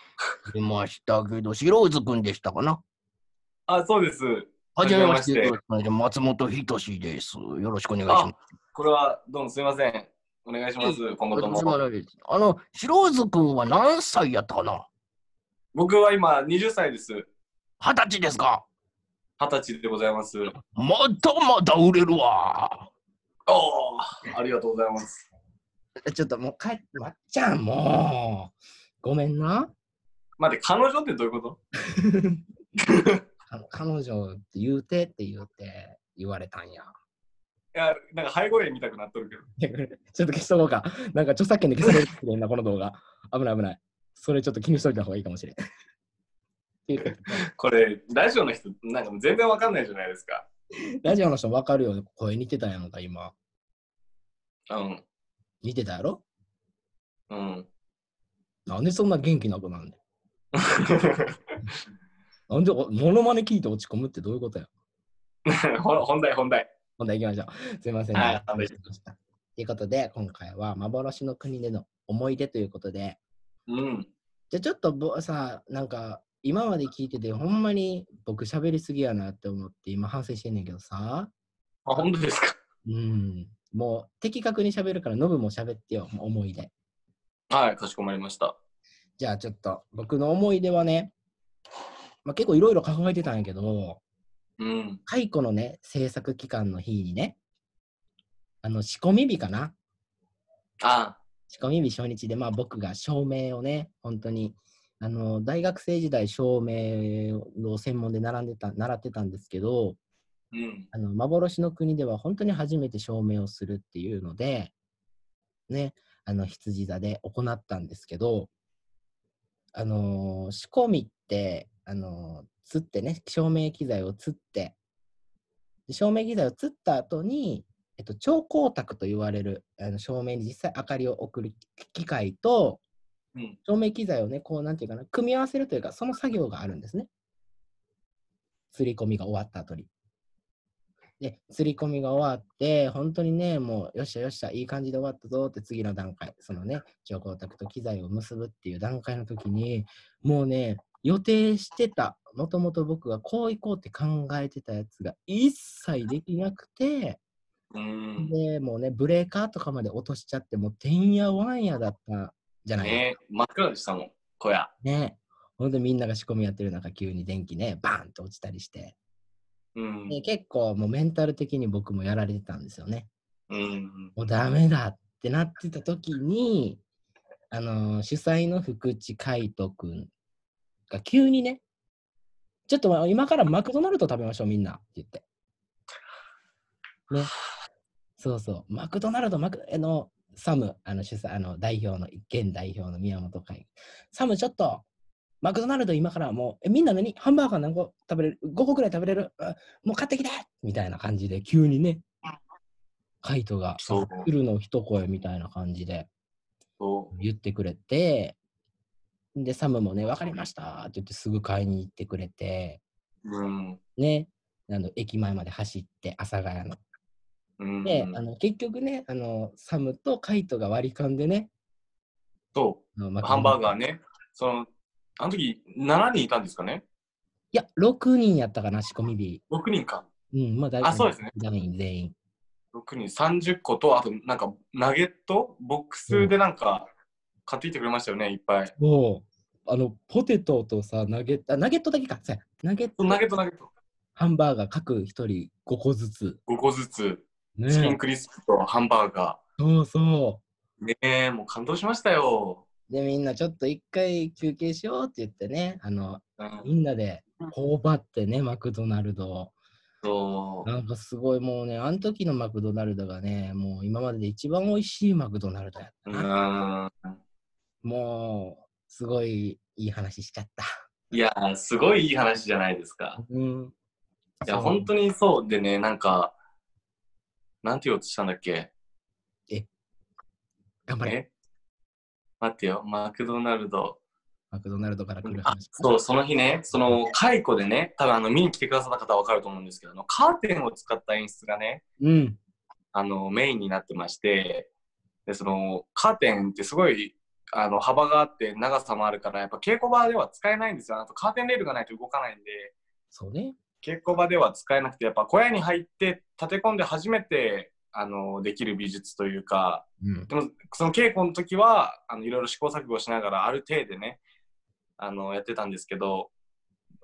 C: 出ましたけど、白渦くんでしたかな。
B: あ、そうです。
C: は
B: は
C: じ
B: じ
C: め
B: め
C: ま
B: ま
C: し
B: して
C: て、松本人志です。よろしくお願いします。
B: これはどうもすいません。お願いします。今後と
C: 私は
B: も。
C: あれですあの、白渦くんは何歳やったかな
B: 僕は今20歳です。
C: 二十歳ですか
B: 二十歳でございます。
C: まだまだ売れるわ。
B: おお、ありがとうございます。
A: ちょっともう帰って、まっちゃん、もう。ごめんな。
B: 待って、彼女ってどういうこと
A: あの彼女って言うてって言うて言われたんや。
B: いや、なんか背後霊見たくなっとるけど。
A: ちょっと消しとこうか。なんか著作権で消されるかもしれんな、この動画。危ない危ない。それちょっと気にしといた方がいいかもしれん。っていうか
B: これ、ラジオの人、なんかもう全然わかんないじゃないですか。
A: ラジオの人分かるよ。声似てたやんか、今。
B: うん。
A: 似てたやろ
B: うん。
A: なんでそんな元気なくなんねんなんでお、モノマネ聞いて落ち込むってどういうことや
B: ほ本題、本題。
A: ほんで行きましょう。すいません、
B: は
A: あり
B: い
A: がとうございましたということで、今回は幻の国での思い出ということで、
B: うん。
A: じゃあちょっとぼさ、なんか今まで聞いてて、ほんまに僕喋りすぎやなって思って、今反省してんねんけどさ、
B: あ、本当ですか。
A: うん、もう的確に喋るから、ノブも喋ってよ、もう思い出。
B: はい、かしこまりました。
A: じゃあちょっと、僕の思い出はね、まあ、結構いろいろ考えてたんやけど、
B: うん。
A: 解雇のね、制作期間の日にね、あの仕込み日かな、
B: あ
A: 仕込み日初日で、まあ、僕が照明をね、本当に、あの大学生時代、照明の専門で並んでた習ってたんですけど、
B: うん。
A: あの幻の国では本当に初めて照明をするっていうので、ね、あの羊座で行ったんですけど、あのー仕込みって、あのー釣ってね、照明機材を釣って、で照明機材を釣った後に、えっと、超光沢と言われるあの照明に実際明かりを送る機械と、
B: うん
A: 照明機材をね、こう、なんていうかな、組み合わせるというか、その作業があるんですね。釣り込みが終わった後に。で、釣り込みが終わって、本当にね、もう、よっしゃよっしゃ、いい感じで終わったぞって、次の段階、そのね、超光沢と機材を結ぶっていう段階の時に、もうね、予定してた、もともと僕がこう行こうって考えてたやつが一切できなくて、
B: うん。
A: で、もうね、ブレーカーとかまで落としちゃって、もう、てんやわんやだったじゃない
B: ね真っ暗でしたもん、小屋。
A: ねほんでみんなが仕込みやってる中、急に電気ね、バーンと落ちたりして、
B: うん。
A: で結構もうメンタル的に僕もやられてたんですよね。
B: うん。
A: もうダメだってなってた時に、あのー主催の福地海斗くんが急にね、ちょっと今からマクドナルド食べましょうみんなって言って。ね。そうそう。マクドナルド、マク、あの、サム、あの主催、あの、代表の、現代表の宮本海。サム、ちょっと、マクドナルド今からもう、えみんな何ハンバーガー何個食べれる ?5 個くらい食べれるあもう買ってきてみたいな感じで、急にね、海斗が
B: そう。
A: 来るの一声みたいな感じで
B: そ
A: 言ってくれて、で、サムもね、分かりましたって言ってすぐ買いに行ってくれて、
B: う。うん。
A: ね、あの駅前まで走って、阿佐ヶ谷の。
B: うん。
A: で、あの結局ね、あのサムとカイトが割り勘でね、
B: そ
A: あの
B: う。ハンバーガ
A: マ
B: ー。
A: クドナルド
B: ね。その、あの時、7人いたんですかね
A: いや、6人やったかな、仕込み日。
B: ?6 人か。
A: うん、まあ、だい
B: あそうですね。
A: 全員、全員。
B: 6人、30個と、あと、なんか、ナゲットボックスでなんか、買ってきてくれましたよね、いっぱい。
A: もう、あの、ポテトとさ、ナゲット、あナゲットだけか、そうやナゲッ
B: そ
A: ト、
B: うナゲット、ナゲット。
A: ハンバーガー各1人5個ずつ。
B: 5個ずつ、
A: ね
B: チキンクリスプとハンバーガ
A: そうそう。
B: ー。ねえ、もう感動しましたよ。
A: で、みんなちょっと一回休憩しようって言ってね、あの、
B: うん。
A: みんなで頬張ってね、マクドナルドを。
B: そう。
A: なんかすごいもうね、あの時のマクドナルドがね、もう今までで一番美味しいマクドナルドやった
B: う
A: な。
B: ん。
A: もう、すごいいい話しちゃった。
B: いやー、すごいいい話じゃないですか。
A: うん。
B: いや、本当にそうでね、なんか、なんて言おうとしたんだっけ
A: 頑張れ。
B: え待ってよ、マクドナルド。
A: マクドナルドから来る
B: あ
A: 話。
B: そう、その日ね、その解雇でね、多分あの見に来てくださった方は分かると思うんですけど、あのカーテンを使った演出がね、
A: うん。
B: あのメインになってまして、でそのカーテンってすごいあの幅があって長さもあるから、やっぱ稽古場では使えないんですよ。あとカーテンレールがないと動かないんで、
A: そうね。
B: 稽古場では使えなくて、やっぱ小屋に入って立て込んで初めてあのできる美術というか、
A: うん。
B: でもその稽古の時はあのいろいろ試行錯誤しながらある程度ねあのやってたんですけど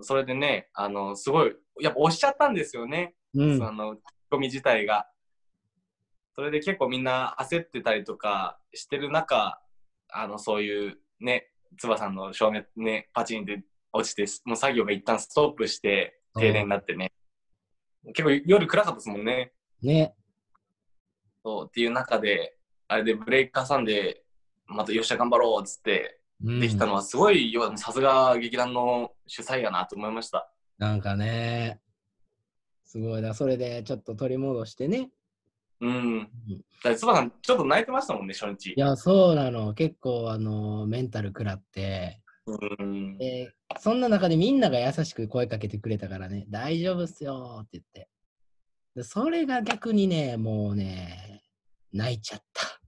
B: それでねあのすごいやっぱ押しちゃったんですよね、
A: うん。
B: そのツッコミ自体がそれで結構みんな焦ってたりとかしてる中あのそういうねつばさんの照明ねパチンって落ちてもう作業が一旦ストップして停電になってね結構夜暗かったですもんね
A: ね。
B: そうっていう中で、あれでブレイク挟んで、またよっしゃ頑張ろうっつって
A: うん
B: できたのはすごい、要はさすが劇団の主催やなと思いました。
A: なんかね、すごいな。それでちょっと取り戻してね。
B: うん。だからつばさん、ちょっと泣いてましたもんね、初日
A: い。や、そうなの。結構、あの、メンタル食らって。
B: うん。
A: で、そんな中でみんなが優しく声かけてくれたからね、大丈夫っすよーって言って。で、それが逆にね、もうね、泣いちゃった。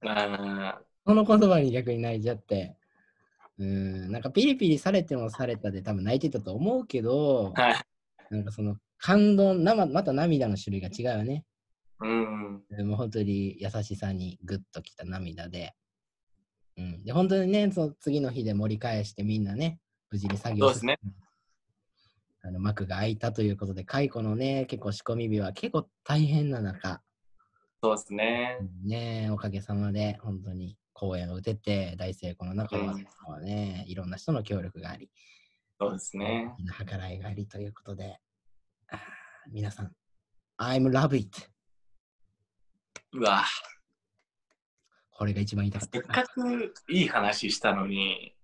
B: あ
A: その言葉に逆に泣いちゃって。うん、なんかピリピリされてもされたで多分泣いてたと思うけど、
B: ーはい。
A: なんかその感動、なままた涙の種類が違うよね。
B: うん。
A: でも本当に優しさにグッときた涙で。うん、で本当にね、その次の日で盛り返してみんなね、無事に作業
B: そうですね
A: 進んだあの幕が開いたということで、解雇のね、結構仕込み日は結構大変な中、
B: そうですね。
A: ね、おかげさまで本当に公演を打てて、大成功の中は
B: うん
A: ね、いろんな人の協力があり、
B: そうですね。
A: みんな計らいがありということで、あー皆さん、I'm love it!
B: うわ
A: これが一番言いたかっ
B: せ
A: た
B: っ。かくいい話したのに、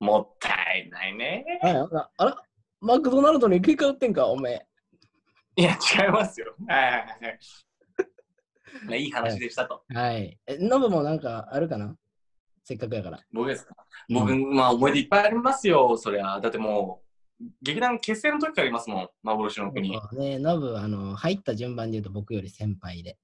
B: もったいないね。
A: あら、あら、マクドナルドに食い変わってんか、おめえ。
B: いや、違いますよ。はいはいはいはいまあ。いい話でしたと。
A: はい。え、ノブもなんかあるかなせっかくやから。
B: 僕ですか僕、まあ思い出いっぱいありますよ、そりゃ。だってもう、劇団結成の時からありますもん、幻の国。
A: そうね、ノブ、あの、入った順番で言うと僕より先輩で。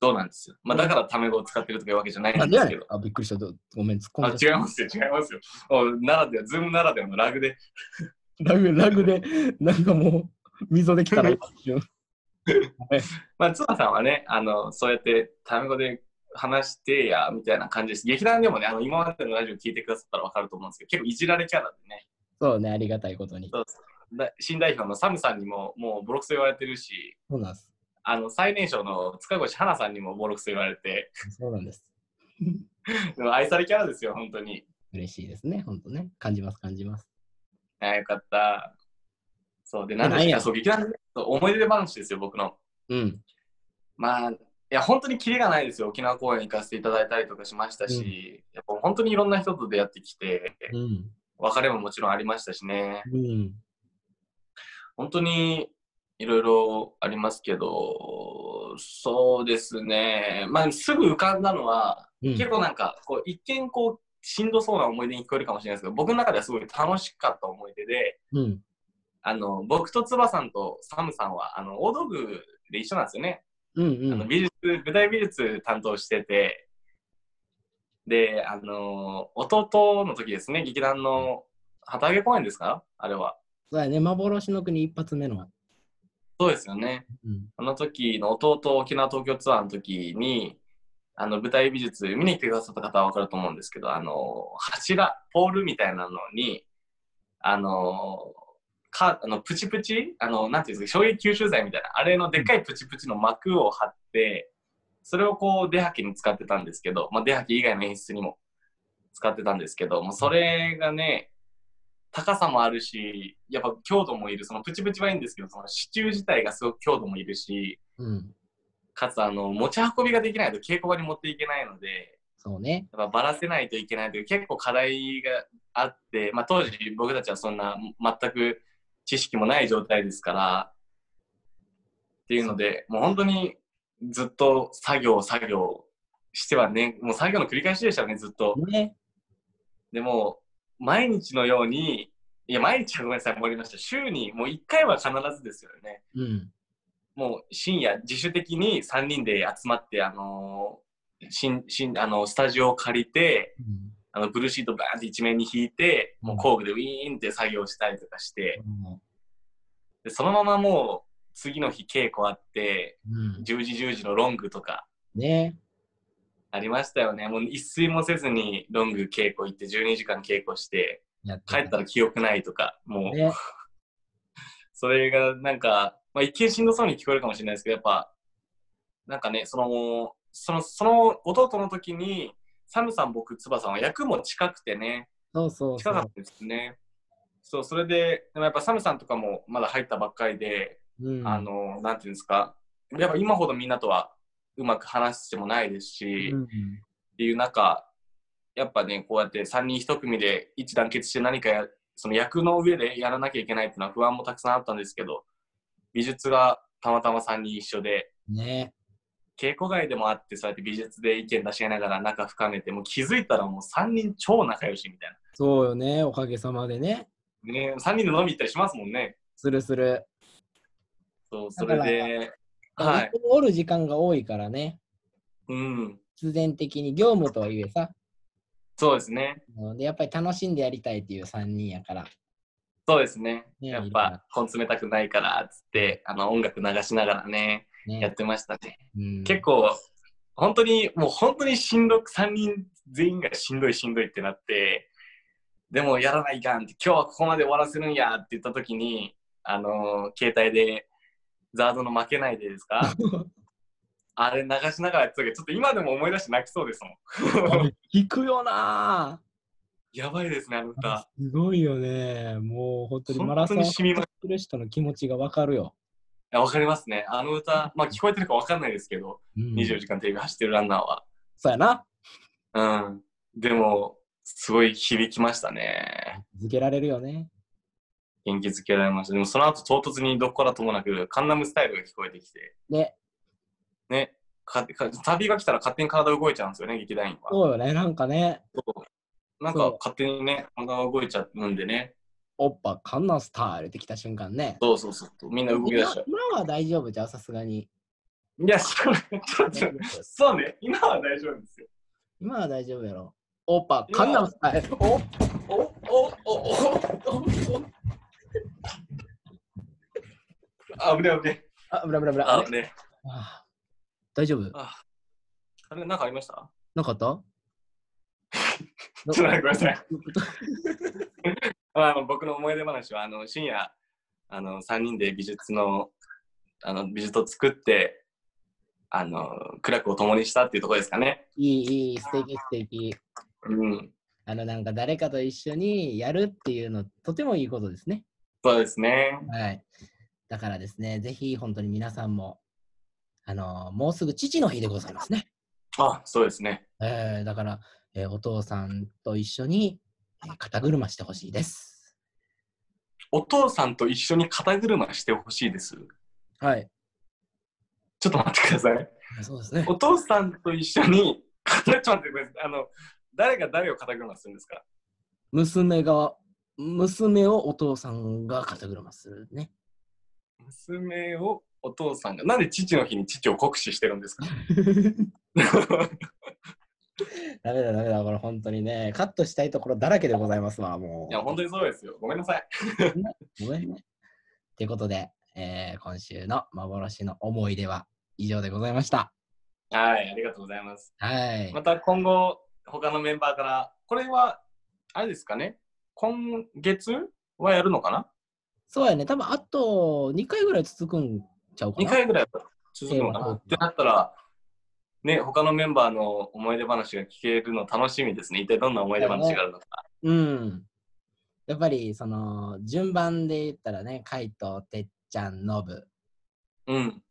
B: そうなんですよ。まあだからタメ語を使ってるとかいうわけじゃないんですけど。
A: あ、びっくりした。どごめん、突っ
B: あ
A: 込んじ
B: 違いますよ、違いますよ。おならでは、ズームならではのラグで。
A: ゃった。ラグ、ラグで、なんかもう、溝できたら一瞬。
B: まあ、妻さんはね、あの、そうやってタメ語で話してや、みたいな感じです。劇団でもね、あの、今までのラジオ聞いてくださったらわかると思うんですけど、結構いじられキャラでね。
A: そうね、ありがたいことに。
B: そうそうだ新代表のサムさんにも、もうボロクソ言われてるし、
A: そうなんです。
B: あの、最年少の塚越花さんにもボロクソ言われて、
A: そうなんです。
B: でも愛されキャラですよ、本当に。
A: 嬉しいですね、ほんとね。感じます、感じます。
B: あーよかった。そう、で、なんで
A: 何
B: す
A: や
B: か、そう、劇団でそう思い出話ですよ、僕の。
A: うん。
B: まあ、いや、本当にキリがないですよ。沖縄公演行かせていただいたりとかしましたし、やっぱ本当にいろんな人と出会ってきて、
A: うん。
B: 別れももちろんありましたしね。
A: うん。
B: 本当にいろいろありますけど、そうですね。まあ、すぐ浮かんだのは、
A: うん
B: 結構なんか、こう、一見こう、しんどそうな思い出に聞こえるかもしれないですけど、僕の中ではすごい楽しかった思い出で、
A: うん。
B: あの、僕とつばさんとサムさんは、あの、大道具で一緒なんですよね。
A: うん。う
B: あの
A: ん。
B: 美術、舞台美術担当してて、で、あの、弟の時ですね、劇団の旗揚げ公演ですかあれは。
A: そうやね、幻の国一発目の。
B: そうですよね。
A: うん。
B: あの時の弟、沖縄東京ツアーの時に、あの、舞台美術、見に来てくださった方はわかると思うんですけど、あの、柱、ポールみたいなのに、あの、かあのプチプチあの、なんていうんですか、衝撃吸収剤みたいな、あれのでっかいプチプチの膜を張って、それをこう、出吐きに使ってたんですけど、まあ、出吐き以外の演出にも使ってたんですけど、もうそれがね、高さもあるし、やっぱ強度もいる、そのプチプチはいいんですけど、その支柱自体がすごく強度もいるし、
A: うん。
B: かつあの持ち運びができないと稽古場に持っていけないので、
A: そうね。
B: やっぱばらせないといけないという結構課題があって、まあ、当時僕たちはそんな全く知識もない状態ですから、っていうので、もう本当にずっと作業、作業してはね、もう作業の繰り返しでしたよね、ずっと。
A: ね。
B: でも、毎日のように、いや、毎日はごめんなさい、終わりました。週にもう1回は必ずですよね。
A: うん。
B: もう深夜、自主的に3人で集まって、あのーしんしんあのスタジオを借りて、
A: うん
B: あのブルーシートバーンって一面に引いて、もう工具でウィーンって作業したりとかして、でそのままもう次の日稽古あって、
A: うん。
B: 10時10時のロングとか
A: ね。
B: ありましたよね。もう一睡もせずにロング稽古行って12時間稽古して、
A: やって
B: 帰ったら記憶ないとか、もう
A: ね。
B: それがなんか、まあ、一見しんどそうに聞こえるかもしれないですけど、やっぱ、なんかね、その、その、その弟の時に、サムさん、僕、つばさんは役も近くてね、
A: そうそうそ
B: 近かった
A: う。
B: ですね。そう、それで、でもやっぱサムさんとかもまだ入ったばっかりで、
A: うん、
B: あの、なんていうんですか、やっぱ今ほどみんなとはうまく話してもないですし、
A: うん、
B: っていう中、やっぱね、こうやって3人1組で一致団結して何かや、その役の上でやらなきゃいけないっていうのは不安もたくさんあったんですけど、美術がたまたま3人一緒で、
A: ね。
B: 稽古外でもあって、そうやって美術で意見出し合いながら仲深めて、もう気づいたらもう3人超仲良しみたい
A: そうよね。おかげさまでね。
B: な。ね、3人で飲み行ったりしますもんね。
A: するする。
B: そう、それで、はい。
A: おる時間が多いからね。
B: うん、
A: 必然的に業務とはいえさ。
B: そうですね。
A: うんで、やっぱり楽しんでやりたいっていう3人やから。
B: そうですね。
A: ね
B: やっ
A: いいな
B: ぱ、本詰めたくないから、つって、あの、音楽流しながらね、やっ
A: ね。
B: てましたね。
A: うん
B: 結構本当にもう本当にしんどく3人全員がしんどいしんどいってなってでもやらないかんって今日はここまで終わらせるんやって言った時にあのー携帯でザードの負けないでですかあれ流しながらやってたけどちょっと今でも思い出して泣きそうですもん
A: 聞くよな
B: やばいですねあの
A: ぁ
B: 歌
A: すごいよね。もう本当にマラ
B: 本
A: ソ
B: 当
A: ン
B: に
A: 走
B: しみますい
A: ってる人の気持ちがわかるよ。
B: やわかりますねあの歌まあ聞こえてるかわかんないですけど
A: うん
B: 24時間テレビ走ってるランナーは
A: そうやな。
B: うんでもすごい響きましたね
A: 続けられるよね。
B: 元気づけられました。でもその後唐突にどこからともなくカンナムスタイルが聞こえてきて、
A: で、
B: ね、かか旅が来たら勝手に体動いちゃうんですよね、劇団員は。
A: そうよね。なんかね、
B: なん
A: そ
B: か
A: う
B: 勝手にね、体が動いちゃうんでね。
A: おっぱカンナスタールってきた瞬間ね。
B: そうそうそう。みんな動き出
A: 今
B: しちゃう。
A: 今は大丈夫じゃあさすがに。
B: いや、それちょっと、そうね、今は大丈夫ですよ。
A: 今は大丈夫やろ。オッパ、カンナムスタイル。
B: おおおおおおあぶねあぶね。
A: あ、ぶらぶらぶら。
B: あ
A: あ
B: ぶ
A: れ
B: ね。
A: あ大丈夫
B: ああれ、なんかありました
A: なかったど
B: ちょっと待ってごめんなさい。 まああの、僕の思い出話はあの深夜あの3人で美術のあの美術を作ってあの苦楽を共にしたっていうところですかね。
A: いい、いい、素敵、素敵。
B: うん、
A: あの、なんか誰かと一緒にやるっていうの、とてもいいことですね。
B: そうですね。
A: はい。だからですね、ぜひ本当に皆さんも、あの、もうすぐ父の日でございますね。
B: あそうですね。
A: えー、だから、えーお父さんと一緒に、えー肩車してほしいです。
B: お父さんと一緒に肩車してほしいです。
A: はい。
B: ちょっと待ってください。
A: そうですね
B: お。父さんと一緒に 肩ちょっと待ってください。あの誰が誰を肩車するんですか
A: 娘が、娘をお父さんが肩車する ね。
B: 娘をお父さんがなんで父の日に父を酷使してるんですか
A: ダメだダメだ、これ本当にね、カットしたいところだらけでございますわ、もう。
B: いや本当にそうですよ。ごめんなさい。
A: ごめんね。ということで、えー今週の幻の思い出は以上でございました。
B: はい、ありがとうございます。
A: はい。
B: また今後、他のメンバーから、これは、あれですかね、今月はやるのかな
A: そうやね、多分あと2回ぐらい続くんちゃうか
B: ?2
A: な。
B: 回ぐらいは続くのかな
A: ええ
B: ってなったら、ね、他のメンバーの思い出話が聞けるの楽しみですね。一体どんな思い出話があるのか。
A: うん。やっぱり、その、順番で言ったらね、カイト、てっちゃん、ノブ。
B: うん、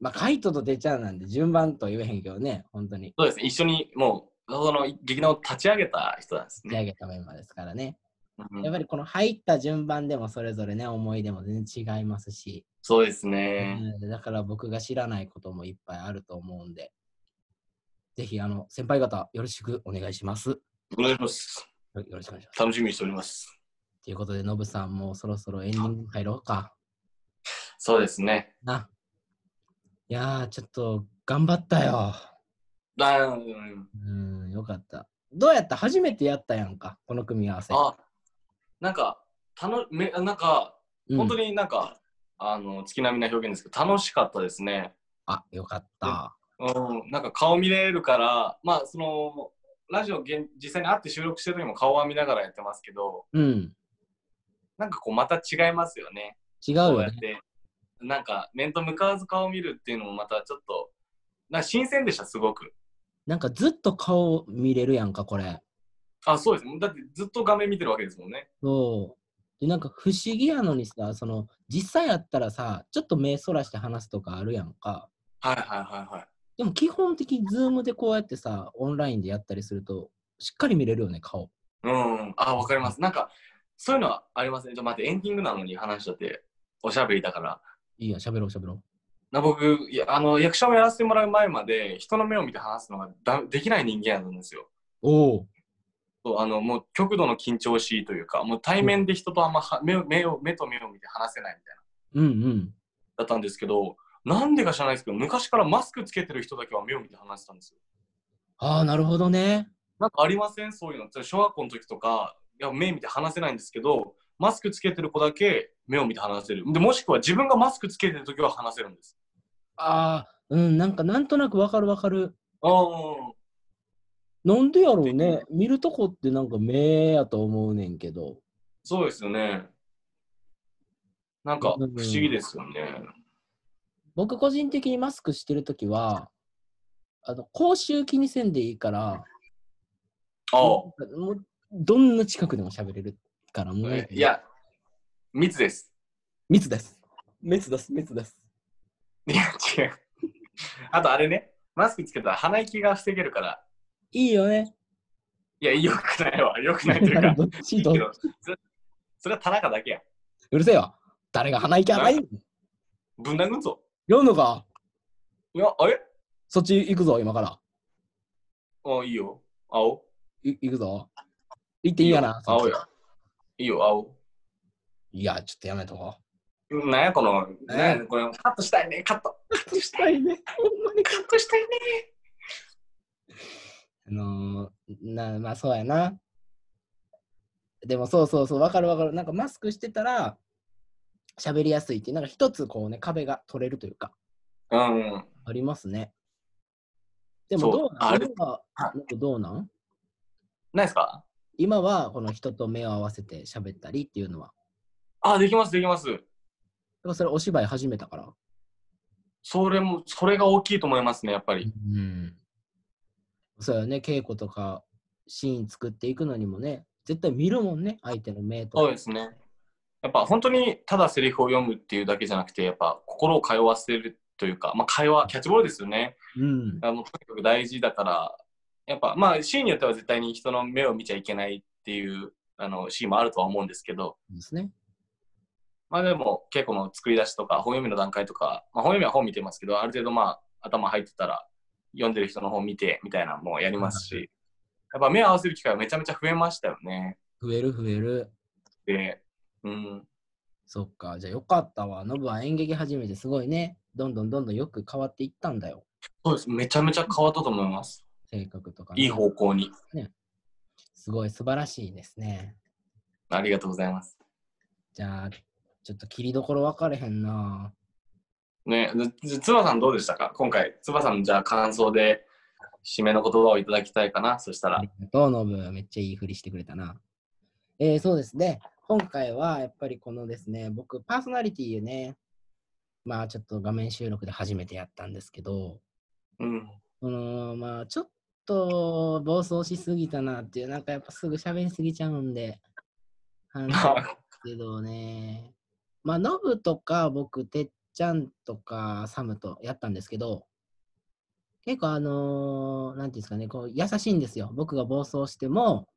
A: まあ、カイトとてっちゃんなんで、順番とは言えへんけどね、本当に。
B: そうですね。一緒にもう、その劇団を立ち上げた人なんです
A: 仕上
B: ね。
A: げたメンバーですからね。
B: うん
A: やっぱりこの入った順番でもそれぞれね、思い出も全然違いますし、
B: そうですね。
A: うんだから僕が知らないこともいっぱいあると思うんで、ぜひあの先輩方よろしくお願いします。よ
B: お願いします。
A: よろしくお願いします。
B: 楽しみにしております。
A: ということで、ノブさんもうそろそろエンディング入ろうか。
B: そうですね。
A: な。いやー、ちょっと頑張ったよ。
B: あーうん
A: うん、よかった。どうやった初めてやったやんか、この組み合わせ。
B: あ、なんか、たのめなんか、
A: うん、
B: 本当になんか、あの月並みな表現ですけど楽しかったですね。
A: あ、よかった。
B: うん、なんか顔見れるから、まあそのラジオ現実際に会って収録してる時も顔は見ながらやってますけど、
A: うん、
B: なんかこうまた違いますよね。
A: 違う
B: こう
A: よ
B: やっ
A: ね。
B: て、なんか面と向かわず顔を見るっていうのもまたちょっと、なんか新鮮でした、すごく。
A: なんかずっと顔見れるやんか、これ。
B: あ、そうです。だってずっと画面見てるわけですもんね。
A: そう。で、なんか不思議やのにさ、その、実際やったらさ、ちょっと目そらして話すとかあるやんか。
B: はいはいはいはい。
A: でも基本的に Zoom でこうやってさ、オンラインでやったりすると、しっかり見れるよね、顔。
B: うん、あ、わかります。なんか、そういうのはありますね。ちょっと待って、エンディングなのに話しちゃって、おしゃべりだから。
A: いいや、喋ろう、喋ろ
B: な僕いやあの、役者をやらせてもらう前まで、人の目を見て話すのがだできない人間なんですよ。
A: う。おお。
B: そうあのもう極度の緊張しいというか、もう対面で人とあんまは目を目を目と目を見て話せないみたいな、
A: うんうん。
B: だったんですけど、なんでか知らないですけど、昔からマスクつけてる人だけは目を見て話してたんですよ。
A: ああ、なるほどね。
B: なんかありませんそういうの。小学校の時とか、いや目見て話せないんですけど、マスクつけてる子だけ目を見て話せる。でもしくは自分がマスクつけてる時は話せるんです。
A: ああ、うん、なんかなんとなくわかるわかる。
B: あー
A: なんでやろうね。見るとこってなんか目やと思うねんけど。
B: そうですよね。なんか不
A: う
B: 思
A: ん
B: 議ですよね。
A: 僕個人的にマスクしてるときは、あの、口臭気にせんでいいから、
B: あ
A: もうどんな近くでも喋れるから、もうね
B: あ。い、や、密です。
A: 密です。密です、密です。
B: いや、違う。 あとあれね、マスクつけたら鼻息が防げるから、
A: いいよね。、
B: いや、よくないわ。よくないというか
A: どっ
B: い
A: ち
B: い
A: ど
B: け
A: う
B: ど、それそれは田中だけや。
A: るせえわ。誰が鼻息荒いん
B: ぶん殴んぞ。
A: 読んのか
B: いや、あれ
A: そっち行くぞ、今から。
B: あ、いいよ。青。
A: い行くぞ。行っていいやな。そっち
B: 青や。いいよ、青。
A: いや、ちょっとやめとこ
B: うんなんやこの、
A: え
B: なんやこれ、カットしたいね、カット。カット したいね。
A: う。ほんまに。
B: カットしたいね。
A: あのー、な、まあそうやな。でもそうそうそう、わかるわかる。なんかマスクしてたら、喋りやすいっていう、なんか一つこうね、壁が取れるというか、
B: うん。
A: ありますね。でも
B: そう
A: どうな
B: あ
A: ん
B: れ
A: 今は
B: は
A: どうなん
B: ないですか
A: 今はこの人と目を合わせて喋ったりっていうのは。
B: あ、できます、できます。
A: だからそれお芝居始めたから。
B: それも、それが大きいと思いますね、やっぱり。
A: うん。そうよね、稽古とかシーン作っていくのにもね、絶対見るもんね、相手の目とか。
B: そうですね。やっぱ本当にただセリフを読むっていうだけじゃなくて、やっぱ心を通わせるというか、まあ、会話、キャッチボールですよね。
A: うん
B: あのとにかく大事だから、やっぱ、まあ、シーンによっては絶対に人の目を見ちゃいけないっていうあのシーンもあるとは思うんですけど、
A: そうですね。
B: まあでも、稽古の作り出しとか、本読みの段階とか、まあ、本読みは本見てますけど、ある程度まあ、頭入ってたら、読んでる人の本見てみたいなのもやりますし、やっぱ目を合わせる機会はめちゃめちゃ増えましたよね。
A: 増える増える。
B: で、うん、
A: そっか、じゃあよかったわ。ノブは演劇始めてすごいね。どんどんどんどんよく変わっていったんだよ。
B: そうです。めちゃめちゃ変わったと思います。
A: 性格とか、ね。
B: いい方向に。
A: すごい素晴らしいですね。
B: ありがとうございます。
A: じゃあ、ちょっと切りどころ分かれへんな。
B: ね、つつばさんどうでしたか今回、つばさんのじゃあ感想で締めの言葉をいただきたいかな。そした
A: あ
B: ら
A: り。がとう、ノブ。めっちゃいいふりしてくれたな。えー、そうですね。今回はやっぱりこのですね、僕、パーソナリティね、まあちょっと画面収録で初めてやったんですけど、
B: うん。
A: このまあちょっと暴走しすぎたなっていう、なんかやっぱすぐ喋りすぎちゃうんで、あのけどね、まあノブとか僕、てっちゃんとかサムとやったんですけど、結構あのーなんていうんですかね、こう優しいんですよ。僕が暴走しても、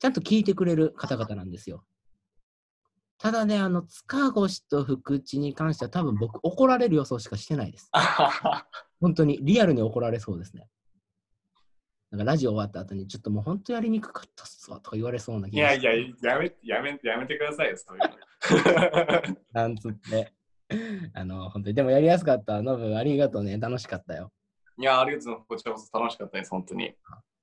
A: ちゃんと聞いてくれる方々なんですよ。ただね、あの、塚越と福地に関しては多分僕怒られる予想しかしてないです。
B: あはは
A: 本当にリアルに怒られそうですね。なんかラジオ終わった後に、ちょっともう本当やりにくかったっすわとか言われそうな気
B: い
A: が
B: や
A: し
B: いや、やめやめやめてくださいよ、そう いうの。
A: なんつって。あの、本当に、でもやりやすかった。ノブ、ありがとうね。楽しかったよ。
B: いや、ありがとうございます。こちらこそ楽しかったです、本当に。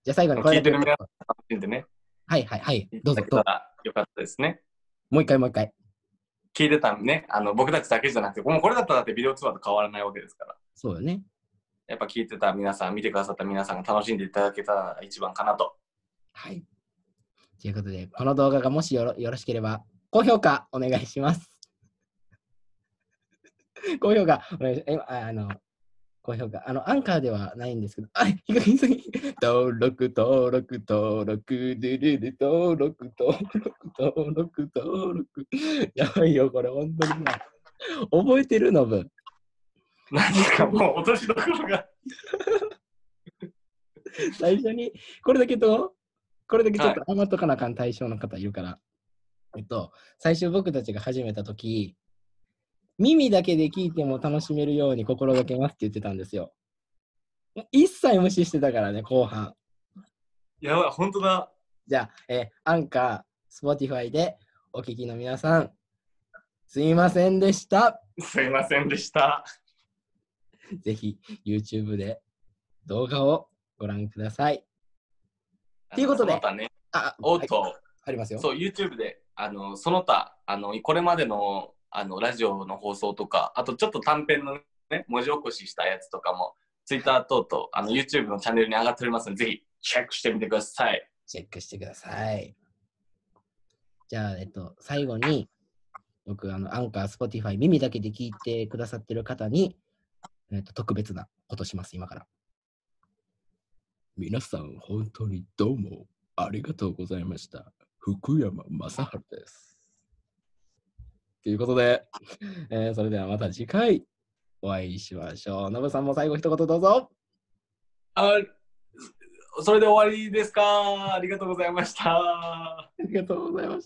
A: じゃあ最後にこれだけ
B: 聞いてる皆楽しんでね、
A: はいはいはい
B: い。
A: ど
B: た
A: うぞ
B: だけ
A: どうぞ。
B: たらよかったですね。
A: もう一回もう一回。
B: 聞いてたんね、あの僕たちだけじゃなくて、もうこれだったらだってビデオツアーと変わらないわけですから。
A: そうよね。
B: やっぱ聞いてた皆さん、見てくださった皆さんが楽しんでいただけたら一番かなと。
A: はい。ということで、この動画がもしよろよろしければ、高評価お願いします。 高評価お願いします。ああの、高評価。あの、アンカーではないんですけど、あ、ひがきすぎ。 登録、登録、登録、ドゥルル、登録、登録、登録、登録。やばいよ、これ、本当にな。覚えてるの分。
B: 何かもう落としどこ ろが。
A: 最初に、これだけと、これだけちょっと余っとかなあかん対象の方いるから、えっと、最初僕たちが始めたとき、耳だけで聞いても楽しめるように心がけますって言ってたんですよ。一切無視してたからね、後半。
B: やばい、本当だ。
A: じゃあ、えーアンカー、Spotify でお聞きの皆さん、すいませんでした。
B: すいませんでした。
A: ぜひ、YouTube で動画をご覧ください。ということで
B: その他ね、
A: あ、
B: おっと、
A: はいありますよ。
B: そう、YouTube で、あのその他あの、これまでのあのラジオの放送とか、あとちょっと短編の、ね、文字起こししたやつとかも、Twitter 等々あの YouTube のチャンネルに上がっておりますので、ぜひチェックしてみてください。
A: チェックしてください。じゃあ、えっと、最後に、僕、あの、アンカー、スポティファイ、耳だけで聞いてくださってる方に、えっと、特別なことします、今から。皆さん、本当にどうもありがとうございました。福山雅治です。ということで、えーそれではまた次回お会いしましょう。ノブさんも最後一言どうぞ。
B: あそれで終わりですかありがとうございました。
A: ありがとうございました。